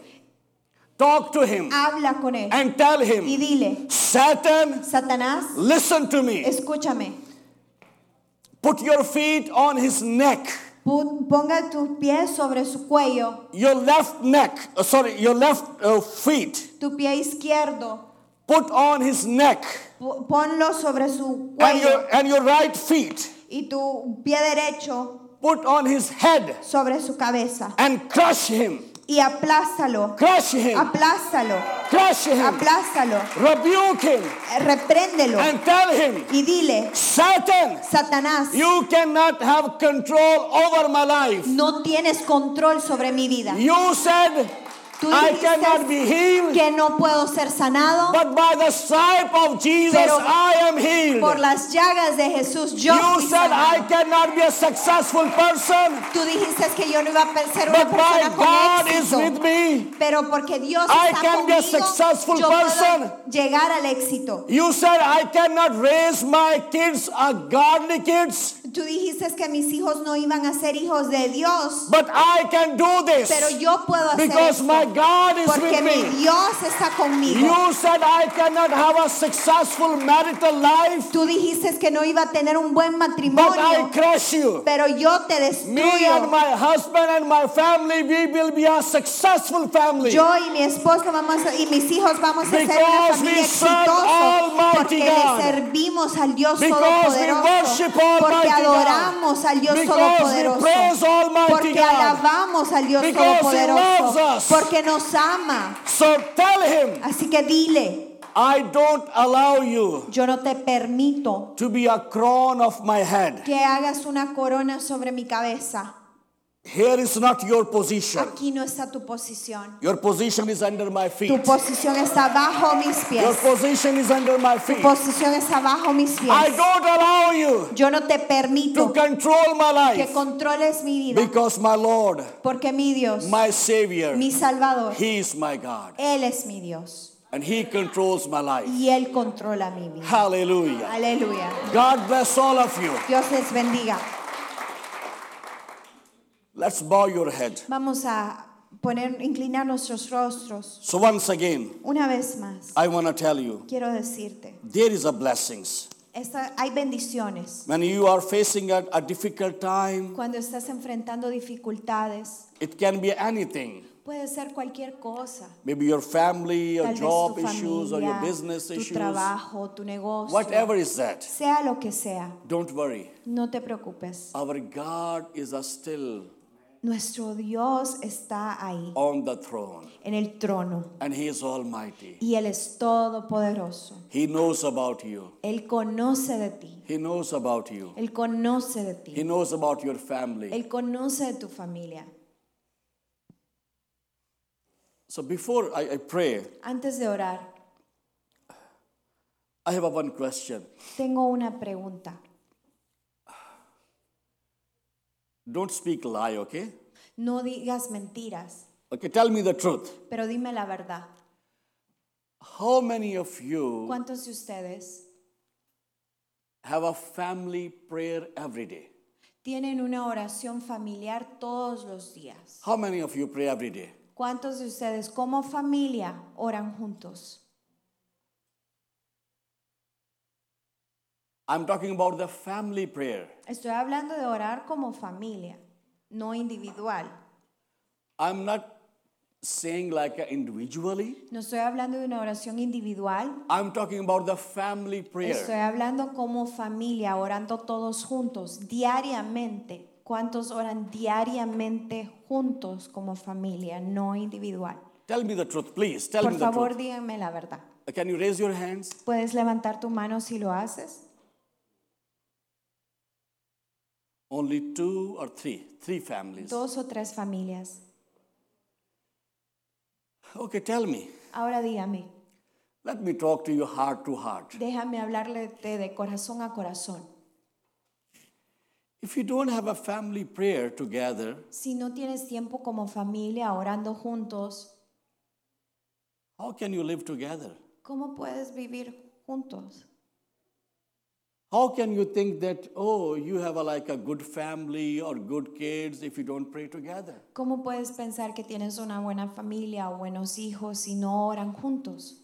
[SPEAKER 2] Talk to him
[SPEAKER 3] habla con él
[SPEAKER 2] and tell
[SPEAKER 3] y
[SPEAKER 2] him,
[SPEAKER 3] dile,
[SPEAKER 2] Satan,
[SPEAKER 3] Satanás,
[SPEAKER 2] listen to me.
[SPEAKER 3] escúchame,
[SPEAKER 2] Put your feet on his neck,
[SPEAKER 3] Pu- ponga tus pies sobre su cuello,
[SPEAKER 2] your left neck, uh, sorry, your left uh, feet,
[SPEAKER 3] tu pie izquierdo,
[SPEAKER 2] Put on his neck
[SPEAKER 3] Po- Ponlo sobre su
[SPEAKER 2] and
[SPEAKER 3] cuello
[SPEAKER 2] your, and your right feet.
[SPEAKER 3] y tu pie derecho
[SPEAKER 2] Put on his head
[SPEAKER 3] sobre su cabeza
[SPEAKER 2] and crush him.
[SPEAKER 3] y aplástalo,
[SPEAKER 2] Crush him.
[SPEAKER 3] aplástalo,
[SPEAKER 2] Crush him.
[SPEAKER 3] aplástalo,
[SPEAKER 2] Rebuke him
[SPEAKER 3] eh, repréndelo
[SPEAKER 2] and tell him,
[SPEAKER 3] y dile,
[SPEAKER 2] Satan,
[SPEAKER 3] Satanás,
[SPEAKER 2] you cannot have control over my life.
[SPEAKER 3] no tienes control sobre mi vida.
[SPEAKER 2] You said
[SPEAKER 3] Tú
[SPEAKER 2] I
[SPEAKER 3] dijiste
[SPEAKER 2] cannot be healed,
[SPEAKER 3] que no puedo ser sanado,
[SPEAKER 2] but by the stripe of Jesus
[SPEAKER 3] Pero
[SPEAKER 2] I am healed.
[SPEAKER 3] por las llagas de Jesús yo
[SPEAKER 2] You
[SPEAKER 3] fui
[SPEAKER 2] said
[SPEAKER 3] sanado.
[SPEAKER 2] I cannot be a successful person,
[SPEAKER 3] Tú dijiste que yo no iba a ser una
[SPEAKER 2] but my
[SPEAKER 3] persona
[SPEAKER 2] God
[SPEAKER 3] con
[SPEAKER 2] is
[SPEAKER 3] éxito.
[SPEAKER 2] with me.
[SPEAKER 3] Pero porque Dios
[SPEAKER 2] I
[SPEAKER 3] está
[SPEAKER 2] can be a
[SPEAKER 3] conmigo,
[SPEAKER 2] successful
[SPEAKER 3] yo
[SPEAKER 2] person.
[SPEAKER 3] puedo llegar al éxito.
[SPEAKER 2] You said I cannot raise my kids are godly kids,
[SPEAKER 3] Tú dijiste que mis hijos no iban a ser hijos de Dios,
[SPEAKER 2] but I can do
[SPEAKER 3] pero
[SPEAKER 2] this
[SPEAKER 3] yo puedo hacer
[SPEAKER 2] because
[SPEAKER 3] esto,
[SPEAKER 2] my God is
[SPEAKER 3] porque
[SPEAKER 2] with
[SPEAKER 3] mi
[SPEAKER 2] me.
[SPEAKER 3] Dios está conmigo.
[SPEAKER 2] You said I cannot have a successful marital life,
[SPEAKER 3] Tú dijiste que no iba a tener un buen
[SPEAKER 2] but I
[SPEAKER 3] matrimonio,
[SPEAKER 2] crush you.
[SPEAKER 3] pero yo te
[SPEAKER 2] Me and
[SPEAKER 3] destruyo.
[SPEAKER 2] my husband and my family, we will be a successful family.
[SPEAKER 3] Yo y mi esposo vamos a- y mis hijos vamos a ser una
[SPEAKER 2] Because we
[SPEAKER 3] familia
[SPEAKER 2] serve
[SPEAKER 3] exitosa
[SPEAKER 2] Almighty
[SPEAKER 3] porque
[SPEAKER 2] God.
[SPEAKER 3] le servimos al Dios
[SPEAKER 2] Because we
[SPEAKER 3] todopoderoso,
[SPEAKER 2] worship Almighty
[SPEAKER 3] porque
[SPEAKER 2] God.
[SPEAKER 3] adoramos al Dios
[SPEAKER 2] Because we praise
[SPEAKER 3] todopoderoso,
[SPEAKER 2] Almighty
[SPEAKER 3] porque
[SPEAKER 2] God.
[SPEAKER 3] alabamos al Dios
[SPEAKER 2] Because He
[SPEAKER 3] todopoderoso,
[SPEAKER 2] loves us.
[SPEAKER 3] porque nos ama.
[SPEAKER 2] So tell him,
[SPEAKER 3] Así que dile,
[SPEAKER 2] I don't allow you
[SPEAKER 3] yo no te permito
[SPEAKER 2] to be a crown of my head.
[SPEAKER 3] que hagas una corona sobre mi cabeza.
[SPEAKER 2] Here is not your position.
[SPEAKER 3] Aquí no está tu posición.
[SPEAKER 2] Your position is under my
[SPEAKER 3] Tu
[SPEAKER 2] feet.
[SPEAKER 3] posición está bajo mis
[SPEAKER 2] Your
[SPEAKER 3] pies.
[SPEAKER 2] position is under my
[SPEAKER 3] Tu
[SPEAKER 2] feet.
[SPEAKER 3] posición está bajo mis pies.
[SPEAKER 2] I don't allow you
[SPEAKER 3] Yo no te
[SPEAKER 2] to
[SPEAKER 3] permito
[SPEAKER 2] control my
[SPEAKER 3] que
[SPEAKER 2] life
[SPEAKER 3] controles mi vida.
[SPEAKER 2] because my Lord,
[SPEAKER 3] Porque mi Dios,
[SPEAKER 2] my Savior,
[SPEAKER 3] mi Salvador,
[SPEAKER 2] He is my God
[SPEAKER 3] Él es mi Dios.
[SPEAKER 2] and He controls my life.
[SPEAKER 3] Y Él controla mi vida.
[SPEAKER 2] Hallelujah.
[SPEAKER 3] Aleluya.
[SPEAKER 2] God bless all of you.
[SPEAKER 3] Dios les bendiga.
[SPEAKER 2] Let's bow your head.
[SPEAKER 3] Vamos a poner, inclinar nuestros rostros.
[SPEAKER 2] So once again,
[SPEAKER 3] Una vez más,
[SPEAKER 2] I want to tell you,
[SPEAKER 3] quiero decirte,
[SPEAKER 2] there is a blessings.
[SPEAKER 3] esta- hay bendiciones.
[SPEAKER 2] When you are facing a, a difficult time,
[SPEAKER 3] Cuando estás enfrentando dificultades,
[SPEAKER 2] it can be anything.
[SPEAKER 3] puede ser cualquier cosa.
[SPEAKER 2] Maybe your family, your
[SPEAKER 3] Tal vez
[SPEAKER 2] job
[SPEAKER 3] tu
[SPEAKER 2] issues, or your
[SPEAKER 3] familia,
[SPEAKER 2] business
[SPEAKER 3] tu
[SPEAKER 2] issues.
[SPEAKER 3] trabajo, tu negocio,
[SPEAKER 2] Whatever is that,
[SPEAKER 3] sea lo que sea,
[SPEAKER 2] don't worry.
[SPEAKER 3] no te preocupes.
[SPEAKER 2] Our God is uh, still
[SPEAKER 3] Nuestro Dios está ahí,
[SPEAKER 2] on the throne,
[SPEAKER 3] en el trono,
[SPEAKER 2] and He is almighty.
[SPEAKER 3] y Él es todopoderoso.
[SPEAKER 2] He knows about you.
[SPEAKER 3] Él conoce de ti,
[SPEAKER 2] He knows about you.
[SPEAKER 3] Él conoce de
[SPEAKER 2] He
[SPEAKER 3] ti,
[SPEAKER 2] knows about your family.
[SPEAKER 3] Él conoce de tu familia.
[SPEAKER 2] So before I, I pray,
[SPEAKER 3] Antes de orar,
[SPEAKER 2] I have a one question.
[SPEAKER 3] tengo una pregunta.
[SPEAKER 2] Don't speak lie, okay?
[SPEAKER 3] No digas mentiras,
[SPEAKER 2] Okay, tell me the truth.
[SPEAKER 3] pero dime la verdad.
[SPEAKER 2] How many of you
[SPEAKER 3] ¿Cuántos de ustedes
[SPEAKER 2] have a family prayer every day?
[SPEAKER 3] tienen una oración familiar todos los días?
[SPEAKER 2] How many of you pray every day?
[SPEAKER 3] ¿Cuántos de ustedes como familia oran juntos?
[SPEAKER 2] I'm talking about the family prayer.
[SPEAKER 3] Estoy hablando de orar como familia, no individual.
[SPEAKER 2] I'm not saying like uh, individually.
[SPEAKER 3] No estoy hablando de una oración individual.
[SPEAKER 2] I'm talking about the family
[SPEAKER 3] Estoy
[SPEAKER 2] prayer.
[SPEAKER 3] hablando como familia, orando todos juntos, diariamente. ¿Cuántos oran diariamente juntos como familia, no individual?
[SPEAKER 2] Tell me the truth, please. Tell
[SPEAKER 3] Por
[SPEAKER 2] me the
[SPEAKER 3] favor,
[SPEAKER 2] truth.
[SPEAKER 3] díganme la verdad.
[SPEAKER 2] Can you raise your hands?
[SPEAKER 3] ¿Puedes levantar tu mano si lo haces?
[SPEAKER 2] Only two or three. Three families.
[SPEAKER 3] Dos o tres familias.
[SPEAKER 2] Okay, tell me.
[SPEAKER 3] Ahora dígame,
[SPEAKER 2] Let me talk to you heart to heart.
[SPEAKER 3] déjame hablarle de, de corazón a corazón.
[SPEAKER 2] If you don't have a family prayer together,
[SPEAKER 3] Si no tienes tiempo como familia orando juntos,
[SPEAKER 2] how can you live together?
[SPEAKER 3] ¿cómo puedes vivir juntos?
[SPEAKER 2] How can you think that, oh, you have a, like a good family or good kids if you don't pray together?
[SPEAKER 3] ¿Cómo puedes pensar que tienes una buena familia o buenos hijos si no oran juntos?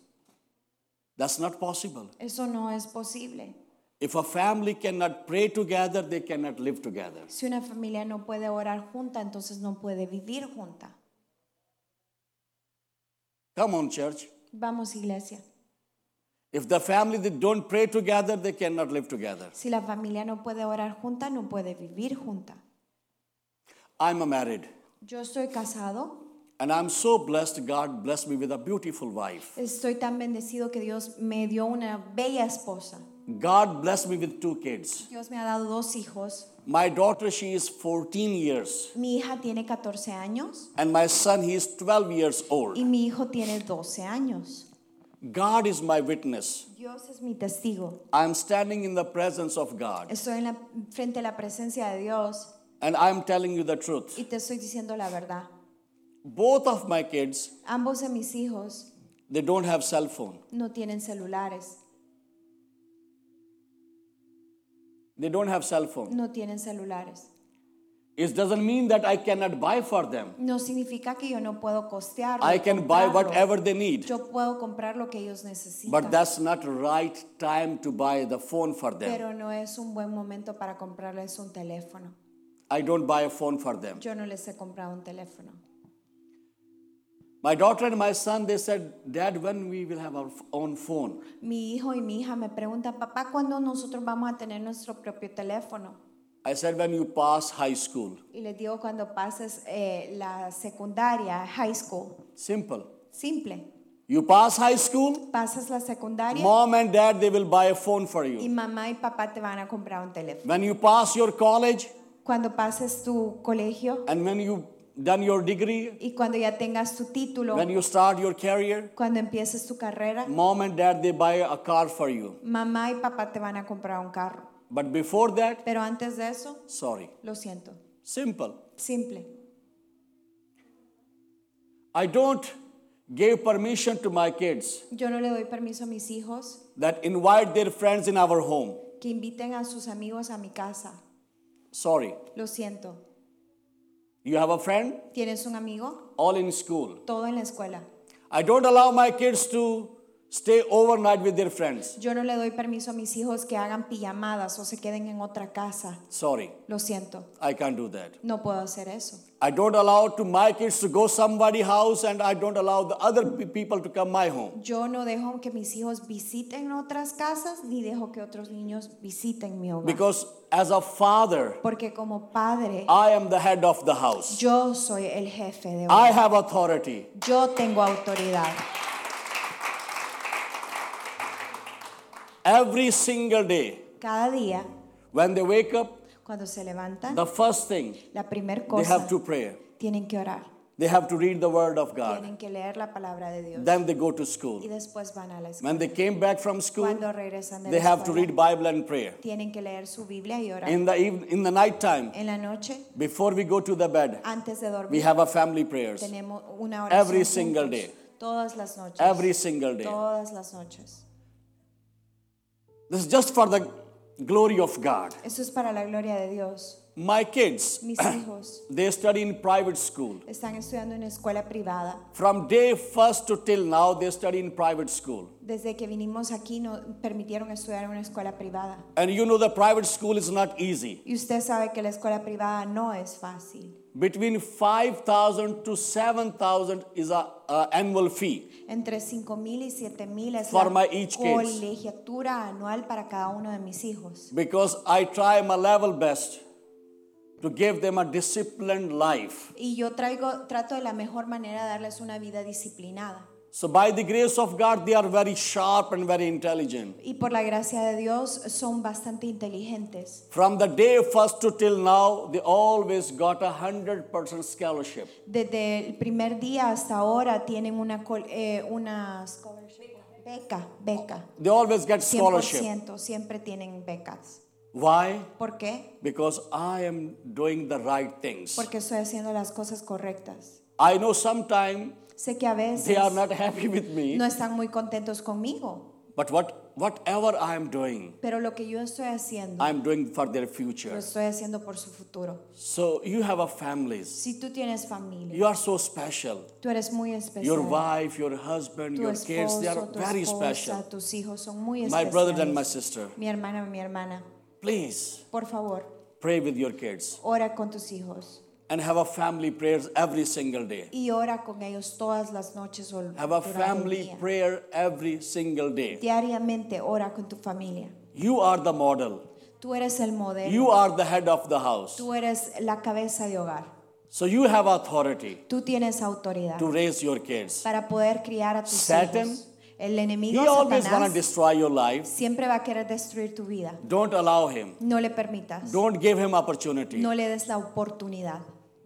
[SPEAKER 2] That's not possible.
[SPEAKER 3] Eso no es posible.
[SPEAKER 2] If a family cannot pray together, they cannot live together.
[SPEAKER 3] Si una familia no puede orar junta, entonces no puede vivir junta.
[SPEAKER 2] Come on, church.
[SPEAKER 3] Vamos, iglesia.
[SPEAKER 2] If the family they don't pray together, they cannot live together.
[SPEAKER 3] Si la familia no puede orar junta, no puede vivir junta.
[SPEAKER 2] I'm a married,
[SPEAKER 3] Yo estoy casado,
[SPEAKER 2] and I'm so blessed. God blessed me with a beautiful wife.
[SPEAKER 3] estoy tan bendecido que Dios me dio una bella esposa.
[SPEAKER 2] God blessed me with two kids.
[SPEAKER 3] Dios me ha dado dos hijos.
[SPEAKER 2] My daughter, she is 14 years,
[SPEAKER 3] Mi hija tiene 14 años
[SPEAKER 2] and my son, he is 12 years old.
[SPEAKER 3] y mi hijo tiene 12 años.
[SPEAKER 2] God is my witness.
[SPEAKER 3] Dios es mi testigo.
[SPEAKER 2] I'm standing in the presence of God,
[SPEAKER 3] Estoy en la, frente a la presencia de Dios
[SPEAKER 2] and I'm telling you the truth.
[SPEAKER 3] y te estoy diciendo la verdad.
[SPEAKER 2] Both of my kids,
[SPEAKER 3] Ambos de mis hijos
[SPEAKER 2] they don't have cell phone.
[SPEAKER 3] no tienen celulares.
[SPEAKER 2] They don't have cell phone.
[SPEAKER 3] No tienen celulares.
[SPEAKER 2] It doesn't mean that I cannot buy for them.
[SPEAKER 3] No significa que yo no puedo costearlo.
[SPEAKER 2] I can buy
[SPEAKER 3] comprarlo.
[SPEAKER 2] whatever they need.
[SPEAKER 3] Yo puedo comprar lo que ellos necesitan.
[SPEAKER 2] But that's not right time to buy the phone for them.
[SPEAKER 3] pero no es un buen momento para comprarles un teléfono.
[SPEAKER 2] I don't buy a phone for them.
[SPEAKER 3] Yo no les he comprado un teléfono.
[SPEAKER 2] My daughter and my son, they said, Dad, when we will have our f- own phone?
[SPEAKER 3] Mi hijo y mi hija me preguntan, papá, ¿cuándo nosotros vamos a tener nuestro propio teléfono?
[SPEAKER 2] I said, when you pass high school.
[SPEAKER 3] Y les digo, cuando pases eh, la secundaria, high school.
[SPEAKER 2] Simple.
[SPEAKER 3] Simple.
[SPEAKER 2] You pass high school,
[SPEAKER 3] Pasas la secundaria
[SPEAKER 2] mom and dad, they will buy a phone for
[SPEAKER 3] y
[SPEAKER 2] you.
[SPEAKER 3] mamá y papá te van a comprar un teléfono.
[SPEAKER 2] When you pass your college
[SPEAKER 3] Cuando pases tu colegio
[SPEAKER 2] and when you done your degree,
[SPEAKER 3] y cuando ya tengas tu título,
[SPEAKER 2] when you start your career,
[SPEAKER 3] cuando empieces tu carrera,
[SPEAKER 2] mom and dad, they buy a car for you.
[SPEAKER 3] mamá y papá te van a comprar un carro.
[SPEAKER 2] But before that,
[SPEAKER 3] Pero antes de eso,
[SPEAKER 2] sorry.
[SPEAKER 3] lo siento.
[SPEAKER 2] Simple.
[SPEAKER 3] Simple.
[SPEAKER 2] I don't give permission to my kids
[SPEAKER 3] Yo no le doy permiso a mis hijos
[SPEAKER 2] that invite their friends in our home.
[SPEAKER 3] que inviten a sus amigos a mi casa.
[SPEAKER 2] Sorry.
[SPEAKER 3] Lo siento.
[SPEAKER 2] You have a friend?
[SPEAKER 3] ¿Tienes un amigo?
[SPEAKER 2] All in school.
[SPEAKER 3] Todo en la escuela.
[SPEAKER 2] I don't allow my kids to stay overnight with their friends.
[SPEAKER 3] Yo no le doy permiso a mis hijos que hagan pijamadas o se queden en otra casa.
[SPEAKER 2] Sorry,
[SPEAKER 3] Lo siento.
[SPEAKER 2] I can't do that.
[SPEAKER 3] No puedo hacer eso.
[SPEAKER 2] I don't allow to my kids to go somebody house and I don't allow the other pe- people to come my home.
[SPEAKER 3] Yo no dejo que mis hijos visiten otras casas ni dejo que otros niños visiten mi hogar.
[SPEAKER 2] Because Ah. as a father,
[SPEAKER 3] Porque como padre,
[SPEAKER 2] I am the head of the house.
[SPEAKER 3] yo soy el jefe de hogar.
[SPEAKER 2] I have authority.
[SPEAKER 3] Yo tengo autoridad.
[SPEAKER 2] Every single day
[SPEAKER 3] Cada día,
[SPEAKER 2] when they wake up,
[SPEAKER 3] cuando se levantan,
[SPEAKER 2] the first thing
[SPEAKER 3] la primer
[SPEAKER 2] they
[SPEAKER 3] cosa
[SPEAKER 2] have to Ah. pray.
[SPEAKER 3] tienen que orar.
[SPEAKER 2] They have to read the word of God.
[SPEAKER 3] Tienen que leer la palabra de Dios.
[SPEAKER 2] Then they go to
[SPEAKER 3] Y
[SPEAKER 2] school.
[SPEAKER 3] después van a la escuela.
[SPEAKER 2] When they came back from
[SPEAKER 3] Cuando
[SPEAKER 2] school,
[SPEAKER 3] regresan de la
[SPEAKER 2] they have to
[SPEAKER 3] escuela,
[SPEAKER 2] read Bible and prayer.
[SPEAKER 3] tienen que leer su Biblia y orar.
[SPEAKER 2] In the even in the night time,
[SPEAKER 3] En la noche,
[SPEAKER 2] before we go to the bed,
[SPEAKER 3] antes de
[SPEAKER 2] we
[SPEAKER 3] dormir,
[SPEAKER 2] have a family prayers.
[SPEAKER 3] tenemos una oración
[SPEAKER 2] Every single
[SPEAKER 3] juntos.
[SPEAKER 2] day.
[SPEAKER 3] Todas las noches.
[SPEAKER 2] Every single day.
[SPEAKER 3] Todas las noches.
[SPEAKER 2] This is just for the glory of God.
[SPEAKER 3] Eso es para la gloria de Dios.
[SPEAKER 2] My kids,
[SPEAKER 3] Mis hijos
[SPEAKER 2] they study in private school.
[SPEAKER 3] están estudiando en escuela privada.
[SPEAKER 2] From day first to till now, they study in private school.
[SPEAKER 3] Desde que vinimos aquí nos permitieron estudiar en una escuela privada.
[SPEAKER 2] And you know the private school is not easy.
[SPEAKER 3] Y usted sabe que la escuela privada no es fácil.
[SPEAKER 2] Between 5,000 to 7,000 is a, a annual fee.
[SPEAKER 3] Entre 5.000 y 7.000 es
[SPEAKER 2] For
[SPEAKER 3] la
[SPEAKER 2] my each kids.
[SPEAKER 3] colegiatura anual para cada uno de mis hijos.
[SPEAKER 2] Because I try my level best to give them a disciplined life.
[SPEAKER 3] Y yo traigo, trato de la mejor manera de darles una vida disciplinada.
[SPEAKER 2] So by the grace of God, they are very sharp and very intelligent.
[SPEAKER 3] Y por la gracia de Dios son bastante inteligentes.
[SPEAKER 2] From the day first to till now, they always got a hundred percent scholarship.
[SPEAKER 3] Desde el primer día hasta ahora tienen una, col- eh, una scholarship, beca, beca.
[SPEAKER 2] They always get scholarship.
[SPEAKER 3] 100% siempre tienen becas.
[SPEAKER 2] Why?
[SPEAKER 3] ¿Por qué?
[SPEAKER 2] Because I am doing the right things.
[SPEAKER 3] Porque estoy haciendo las cosas correctas.
[SPEAKER 2] I know sometime
[SPEAKER 3] Sé que a veces
[SPEAKER 2] they are not happy with me,
[SPEAKER 3] no están muy contentos conmigo,
[SPEAKER 2] but what whatever I am doing,
[SPEAKER 3] pero lo que yo estoy haciendo,
[SPEAKER 2] I am doing for their
[SPEAKER 3] lo
[SPEAKER 2] future.
[SPEAKER 3] estoy haciendo por su futuro.
[SPEAKER 2] So you have a families.
[SPEAKER 3] Si tú tienes familia,
[SPEAKER 2] You are so special.
[SPEAKER 3] tú eres muy especial.
[SPEAKER 2] Your wife, your husband,
[SPEAKER 3] tu
[SPEAKER 2] your kids,
[SPEAKER 3] esposo,
[SPEAKER 2] they are
[SPEAKER 3] tu
[SPEAKER 2] very
[SPEAKER 3] esposa,
[SPEAKER 2] special.
[SPEAKER 3] tus hijos son muy
[SPEAKER 2] My
[SPEAKER 3] especiales.
[SPEAKER 2] brother and my sister,
[SPEAKER 3] Mi hermana, mi hermana,
[SPEAKER 2] please
[SPEAKER 3] por favor,
[SPEAKER 2] pray with your kids.
[SPEAKER 3] ora con tus hijos.
[SPEAKER 2] and have a family prayers every single day.
[SPEAKER 3] y ora con ellos todas las noches o
[SPEAKER 2] Have a
[SPEAKER 3] durante el
[SPEAKER 2] family
[SPEAKER 3] día.
[SPEAKER 2] prayer every single day.
[SPEAKER 3] Diariamente ora con tu familia.
[SPEAKER 2] You are the model.
[SPEAKER 3] Tú eres el modelo.
[SPEAKER 2] You are the head of the house.
[SPEAKER 3] Tú eres la cabeza de hogar.
[SPEAKER 2] So you have authority
[SPEAKER 3] Tú tienes autoridad
[SPEAKER 2] to raise your kids.
[SPEAKER 3] para poder criar a tus
[SPEAKER 2] Satan,
[SPEAKER 3] hijos. El
[SPEAKER 2] He
[SPEAKER 3] enemigo
[SPEAKER 2] always want to
[SPEAKER 3] Satanás
[SPEAKER 2] destroy your life.
[SPEAKER 3] siempre va a querer destruir tu vida.
[SPEAKER 2] Don't allow him.
[SPEAKER 3] No le permitas.
[SPEAKER 2] Don't give him opportunity.
[SPEAKER 3] No le des la oportunidad.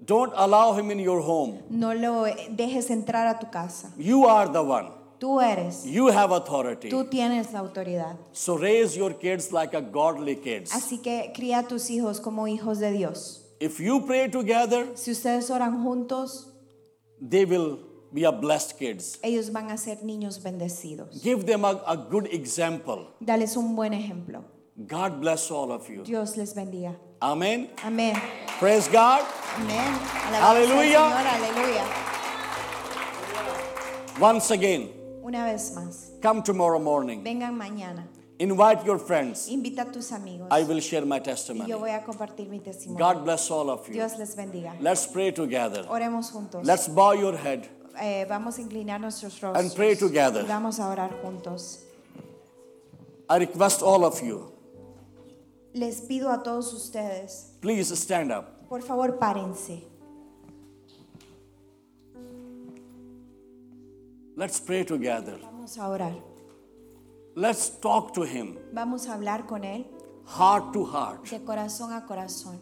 [SPEAKER 2] Don't allow him in your home.
[SPEAKER 3] No lo eh, dejes entrar a tu casa.
[SPEAKER 2] You are the one.
[SPEAKER 3] Tú eres.
[SPEAKER 2] You have authority.
[SPEAKER 3] Tú tienes la autoridad.
[SPEAKER 2] So raise your kids like a godly kids.
[SPEAKER 3] Así que cría a tus hijos como hijos de Dios.
[SPEAKER 2] If you pray together,
[SPEAKER 3] Si ustedes oran juntos,
[SPEAKER 2] they will be a blessed kids.
[SPEAKER 3] ellos van a ser niños bendecidos.
[SPEAKER 2] Give them a, a good example.
[SPEAKER 3] Dales un buen ejemplo.
[SPEAKER 2] God bless all of you.
[SPEAKER 3] Dios les bendiga.
[SPEAKER 2] Amen.
[SPEAKER 3] Amén.
[SPEAKER 2] Praise God.
[SPEAKER 3] Amén. Alabado sea el
[SPEAKER 2] Aleluya.
[SPEAKER 3] Señor, aleluya.
[SPEAKER 2] Once again,
[SPEAKER 3] Una vez más,
[SPEAKER 2] come tomorrow morning.
[SPEAKER 3] vengan mañana.
[SPEAKER 2] Invite your friends.
[SPEAKER 3] Invita a tus amigos.
[SPEAKER 2] I will share my
[SPEAKER 3] Y yo
[SPEAKER 2] testimony.
[SPEAKER 3] voy a compartir mi testimonio.
[SPEAKER 2] God bless all of you.
[SPEAKER 3] Dios les bendiga.
[SPEAKER 2] Let's pray together.
[SPEAKER 3] Oremos juntos.
[SPEAKER 2] Let's bow your head.
[SPEAKER 3] Eh, vamos a inclinar nuestros rostros.
[SPEAKER 2] And pray together.
[SPEAKER 3] Y vamos a orar juntos.
[SPEAKER 2] I request all of you,
[SPEAKER 3] Les pido a todos ustedes,
[SPEAKER 2] please stand up.
[SPEAKER 3] por favor, párense.
[SPEAKER 2] Let's pray together.
[SPEAKER 3] Vamos a orar.
[SPEAKER 2] Let's talk to Him
[SPEAKER 3] Vamos a hablar con Él
[SPEAKER 2] heart to heart.
[SPEAKER 3] de corazón a corazón.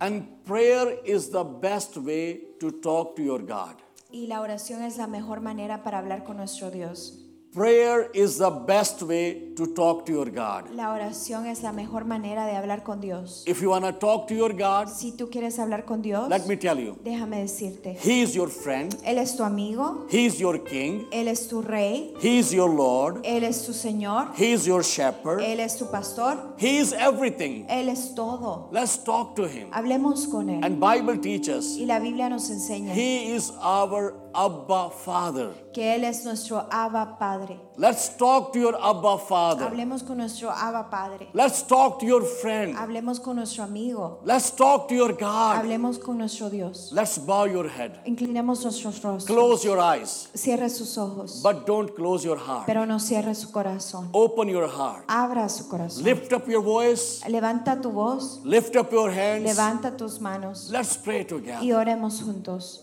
[SPEAKER 2] And prayer is the best way to talk to your God.
[SPEAKER 3] Y la oración es la mejor manera para hablar con nuestro Dios.
[SPEAKER 2] Prayer is the best way to talk to your God.
[SPEAKER 3] La oración es la mejor manera de hablar con Dios.
[SPEAKER 2] If you want to talk to your God,
[SPEAKER 3] Si tú quieres hablar con Dios,
[SPEAKER 2] let me tell you,
[SPEAKER 3] déjame decirte,
[SPEAKER 2] He is your friend,
[SPEAKER 3] Él es tu amigo,
[SPEAKER 2] He is your King,
[SPEAKER 3] Él es tu rey,
[SPEAKER 2] He is your Lord,
[SPEAKER 3] Él es tu Señor,
[SPEAKER 2] He is your Shepherd,
[SPEAKER 3] Él es tu pastor,
[SPEAKER 2] He is everything.
[SPEAKER 3] Él es todo.
[SPEAKER 2] Let's talk to Him.
[SPEAKER 3] Hablemos con Él.
[SPEAKER 2] And Bible teaches
[SPEAKER 3] Y la Biblia nos enseña
[SPEAKER 2] He is our Abba Father.
[SPEAKER 3] que Él es nuestro Abba Padre.
[SPEAKER 2] Let's talk to your Abba Father.
[SPEAKER 3] Hablemos con nuestro Abba Padre.
[SPEAKER 2] Let's talk to your friend.
[SPEAKER 3] Hablemos con nuestro amigo.
[SPEAKER 2] Let's talk to your God.
[SPEAKER 3] Hablemos con nuestro Dios.
[SPEAKER 2] Let's bow your head.
[SPEAKER 3] Inclinemos nuestros rostros.
[SPEAKER 2] Close your eyes,
[SPEAKER 3] Cierre sus ojos,
[SPEAKER 2] but don't close your heart.
[SPEAKER 3] pero no cierre su corazón.
[SPEAKER 2] Open your heart.
[SPEAKER 3] Abra su corazón.
[SPEAKER 2] Lift up your voice.
[SPEAKER 3] Levanta tu voz,
[SPEAKER 2] Lift up your hands.
[SPEAKER 3] levanta tus manos
[SPEAKER 2] Let's pray
[SPEAKER 3] y
[SPEAKER 2] together.
[SPEAKER 3] oremos juntos.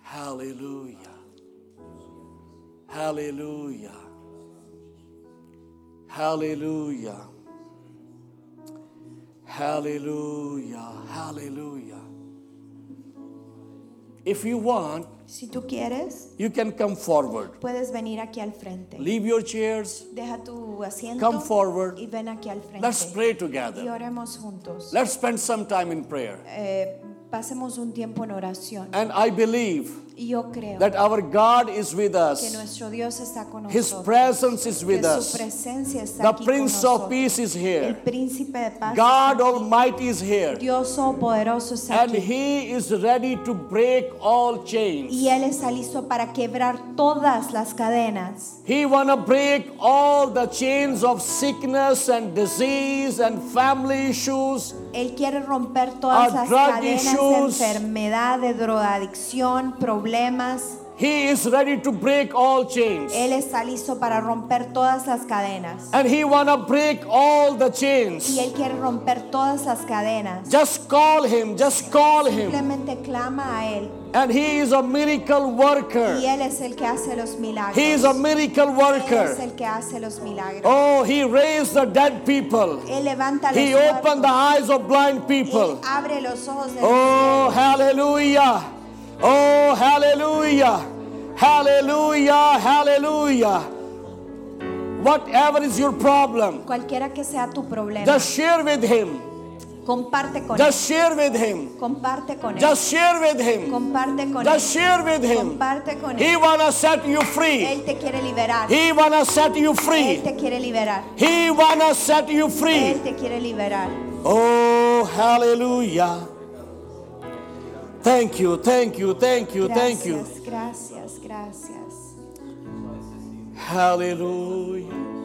[SPEAKER 2] Hallelujah. Hallelujah. Hallelujah. Hallelujah. Hallelujah. If you want,
[SPEAKER 3] Si tú quieres,
[SPEAKER 2] you can come forward.
[SPEAKER 3] puedes venir aquí al frente.
[SPEAKER 2] Leave your chairs.
[SPEAKER 3] Deja tu asiento
[SPEAKER 2] Come forward.
[SPEAKER 3] y ven aquí al
[SPEAKER 2] Let's
[SPEAKER 3] frente.
[SPEAKER 2] pray
[SPEAKER 3] Y
[SPEAKER 2] together.
[SPEAKER 3] oremos juntos.
[SPEAKER 2] Let's spend some time in prayer.
[SPEAKER 3] Eh, pasemos un tiempo en oración.
[SPEAKER 2] And I believe
[SPEAKER 3] Y yo creo
[SPEAKER 2] that our God is with
[SPEAKER 3] que
[SPEAKER 2] us.
[SPEAKER 3] nuestro Dios está con
[SPEAKER 2] His
[SPEAKER 3] nosotros.
[SPEAKER 2] presence is with
[SPEAKER 3] que su
[SPEAKER 2] us.
[SPEAKER 3] presencia
[SPEAKER 2] The
[SPEAKER 3] está aquí con
[SPEAKER 2] Prince of
[SPEAKER 3] nosotros.
[SPEAKER 2] Peace is here.
[SPEAKER 3] El príncipe de paz.
[SPEAKER 2] God
[SPEAKER 3] está aquí.
[SPEAKER 2] Almighty is here.
[SPEAKER 3] Dios poderoso está
[SPEAKER 2] And
[SPEAKER 3] aquí.
[SPEAKER 2] He is ready to break all chains.
[SPEAKER 3] Y Él está listo para quebrar todas las cadenas.
[SPEAKER 2] He wanna break all the chains of sickness and disease and family issues.
[SPEAKER 3] Él quiere romper todas
[SPEAKER 2] Our
[SPEAKER 3] las
[SPEAKER 2] drug
[SPEAKER 3] cadenas
[SPEAKER 2] issues.
[SPEAKER 3] de enfermedad, de drogadicción, problemas.
[SPEAKER 2] He is ready to break all chains.
[SPEAKER 3] Él está listo para romper todas las cadenas.
[SPEAKER 2] And He wanna break all the chains.
[SPEAKER 3] Y Él quiere romper todas las cadenas.
[SPEAKER 2] Just call Him. Just call Him.
[SPEAKER 3] Simplemente clama a Él.
[SPEAKER 2] And He is a miracle worker.
[SPEAKER 3] Y Él es el que hace los milagros.
[SPEAKER 2] He is a miracle
[SPEAKER 3] Él es
[SPEAKER 2] worker.
[SPEAKER 3] el que hace los milagros.
[SPEAKER 2] Oh, he raised the dead people.
[SPEAKER 3] Él levanta los
[SPEAKER 2] He opened the
[SPEAKER 3] muertos.
[SPEAKER 2] eyes of blind
[SPEAKER 3] Él
[SPEAKER 2] people.
[SPEAKER 3] abre los ojos de los
[SPEAKER 2] Oh, hallelujah. Oh, hallelujah. Hallelujah. Hallelujah. Whatever is your problem,
[SPEAKER 3] Cualquiera que sea tu problema,
[SPEAKER 2] just share with him.
[SPEAKER 3] comparte con
[SPEAKER 2] Just share with him.
[SPEAKER 3] Él. Comparte con Él.
[SPEAKER 2] Just share with him.
[SPEAKER 3] Comparte con
[SPEAKER 2] Just
[SPEAKER 3] Él.
[SPEAKER 2] share with him.
[SPEAKER 3] Comparte con
[SPEAKER 2] He
[SPEAKER 3] Él.
[SPEAKER 2] wanna set you free.
[SPEAKER 3] Él te quiere liberar.
[SPEAKER 2] He wanna set you
[SPEAKER 3] Él
[SPEAKER 2] free.
[SPEAKER 3] te quiere liberar.
[SPEAKER 2] He wanna set you free.
[SPEAKER 3] Él te quiere liberar.
[SPEAKER 2] Oh, hallelujah. Thank you, thank you, thank you, thank you.
[SPEAKER 3] Gracias, gracias, gracias.
[SPEAKER 2] Hallelujah.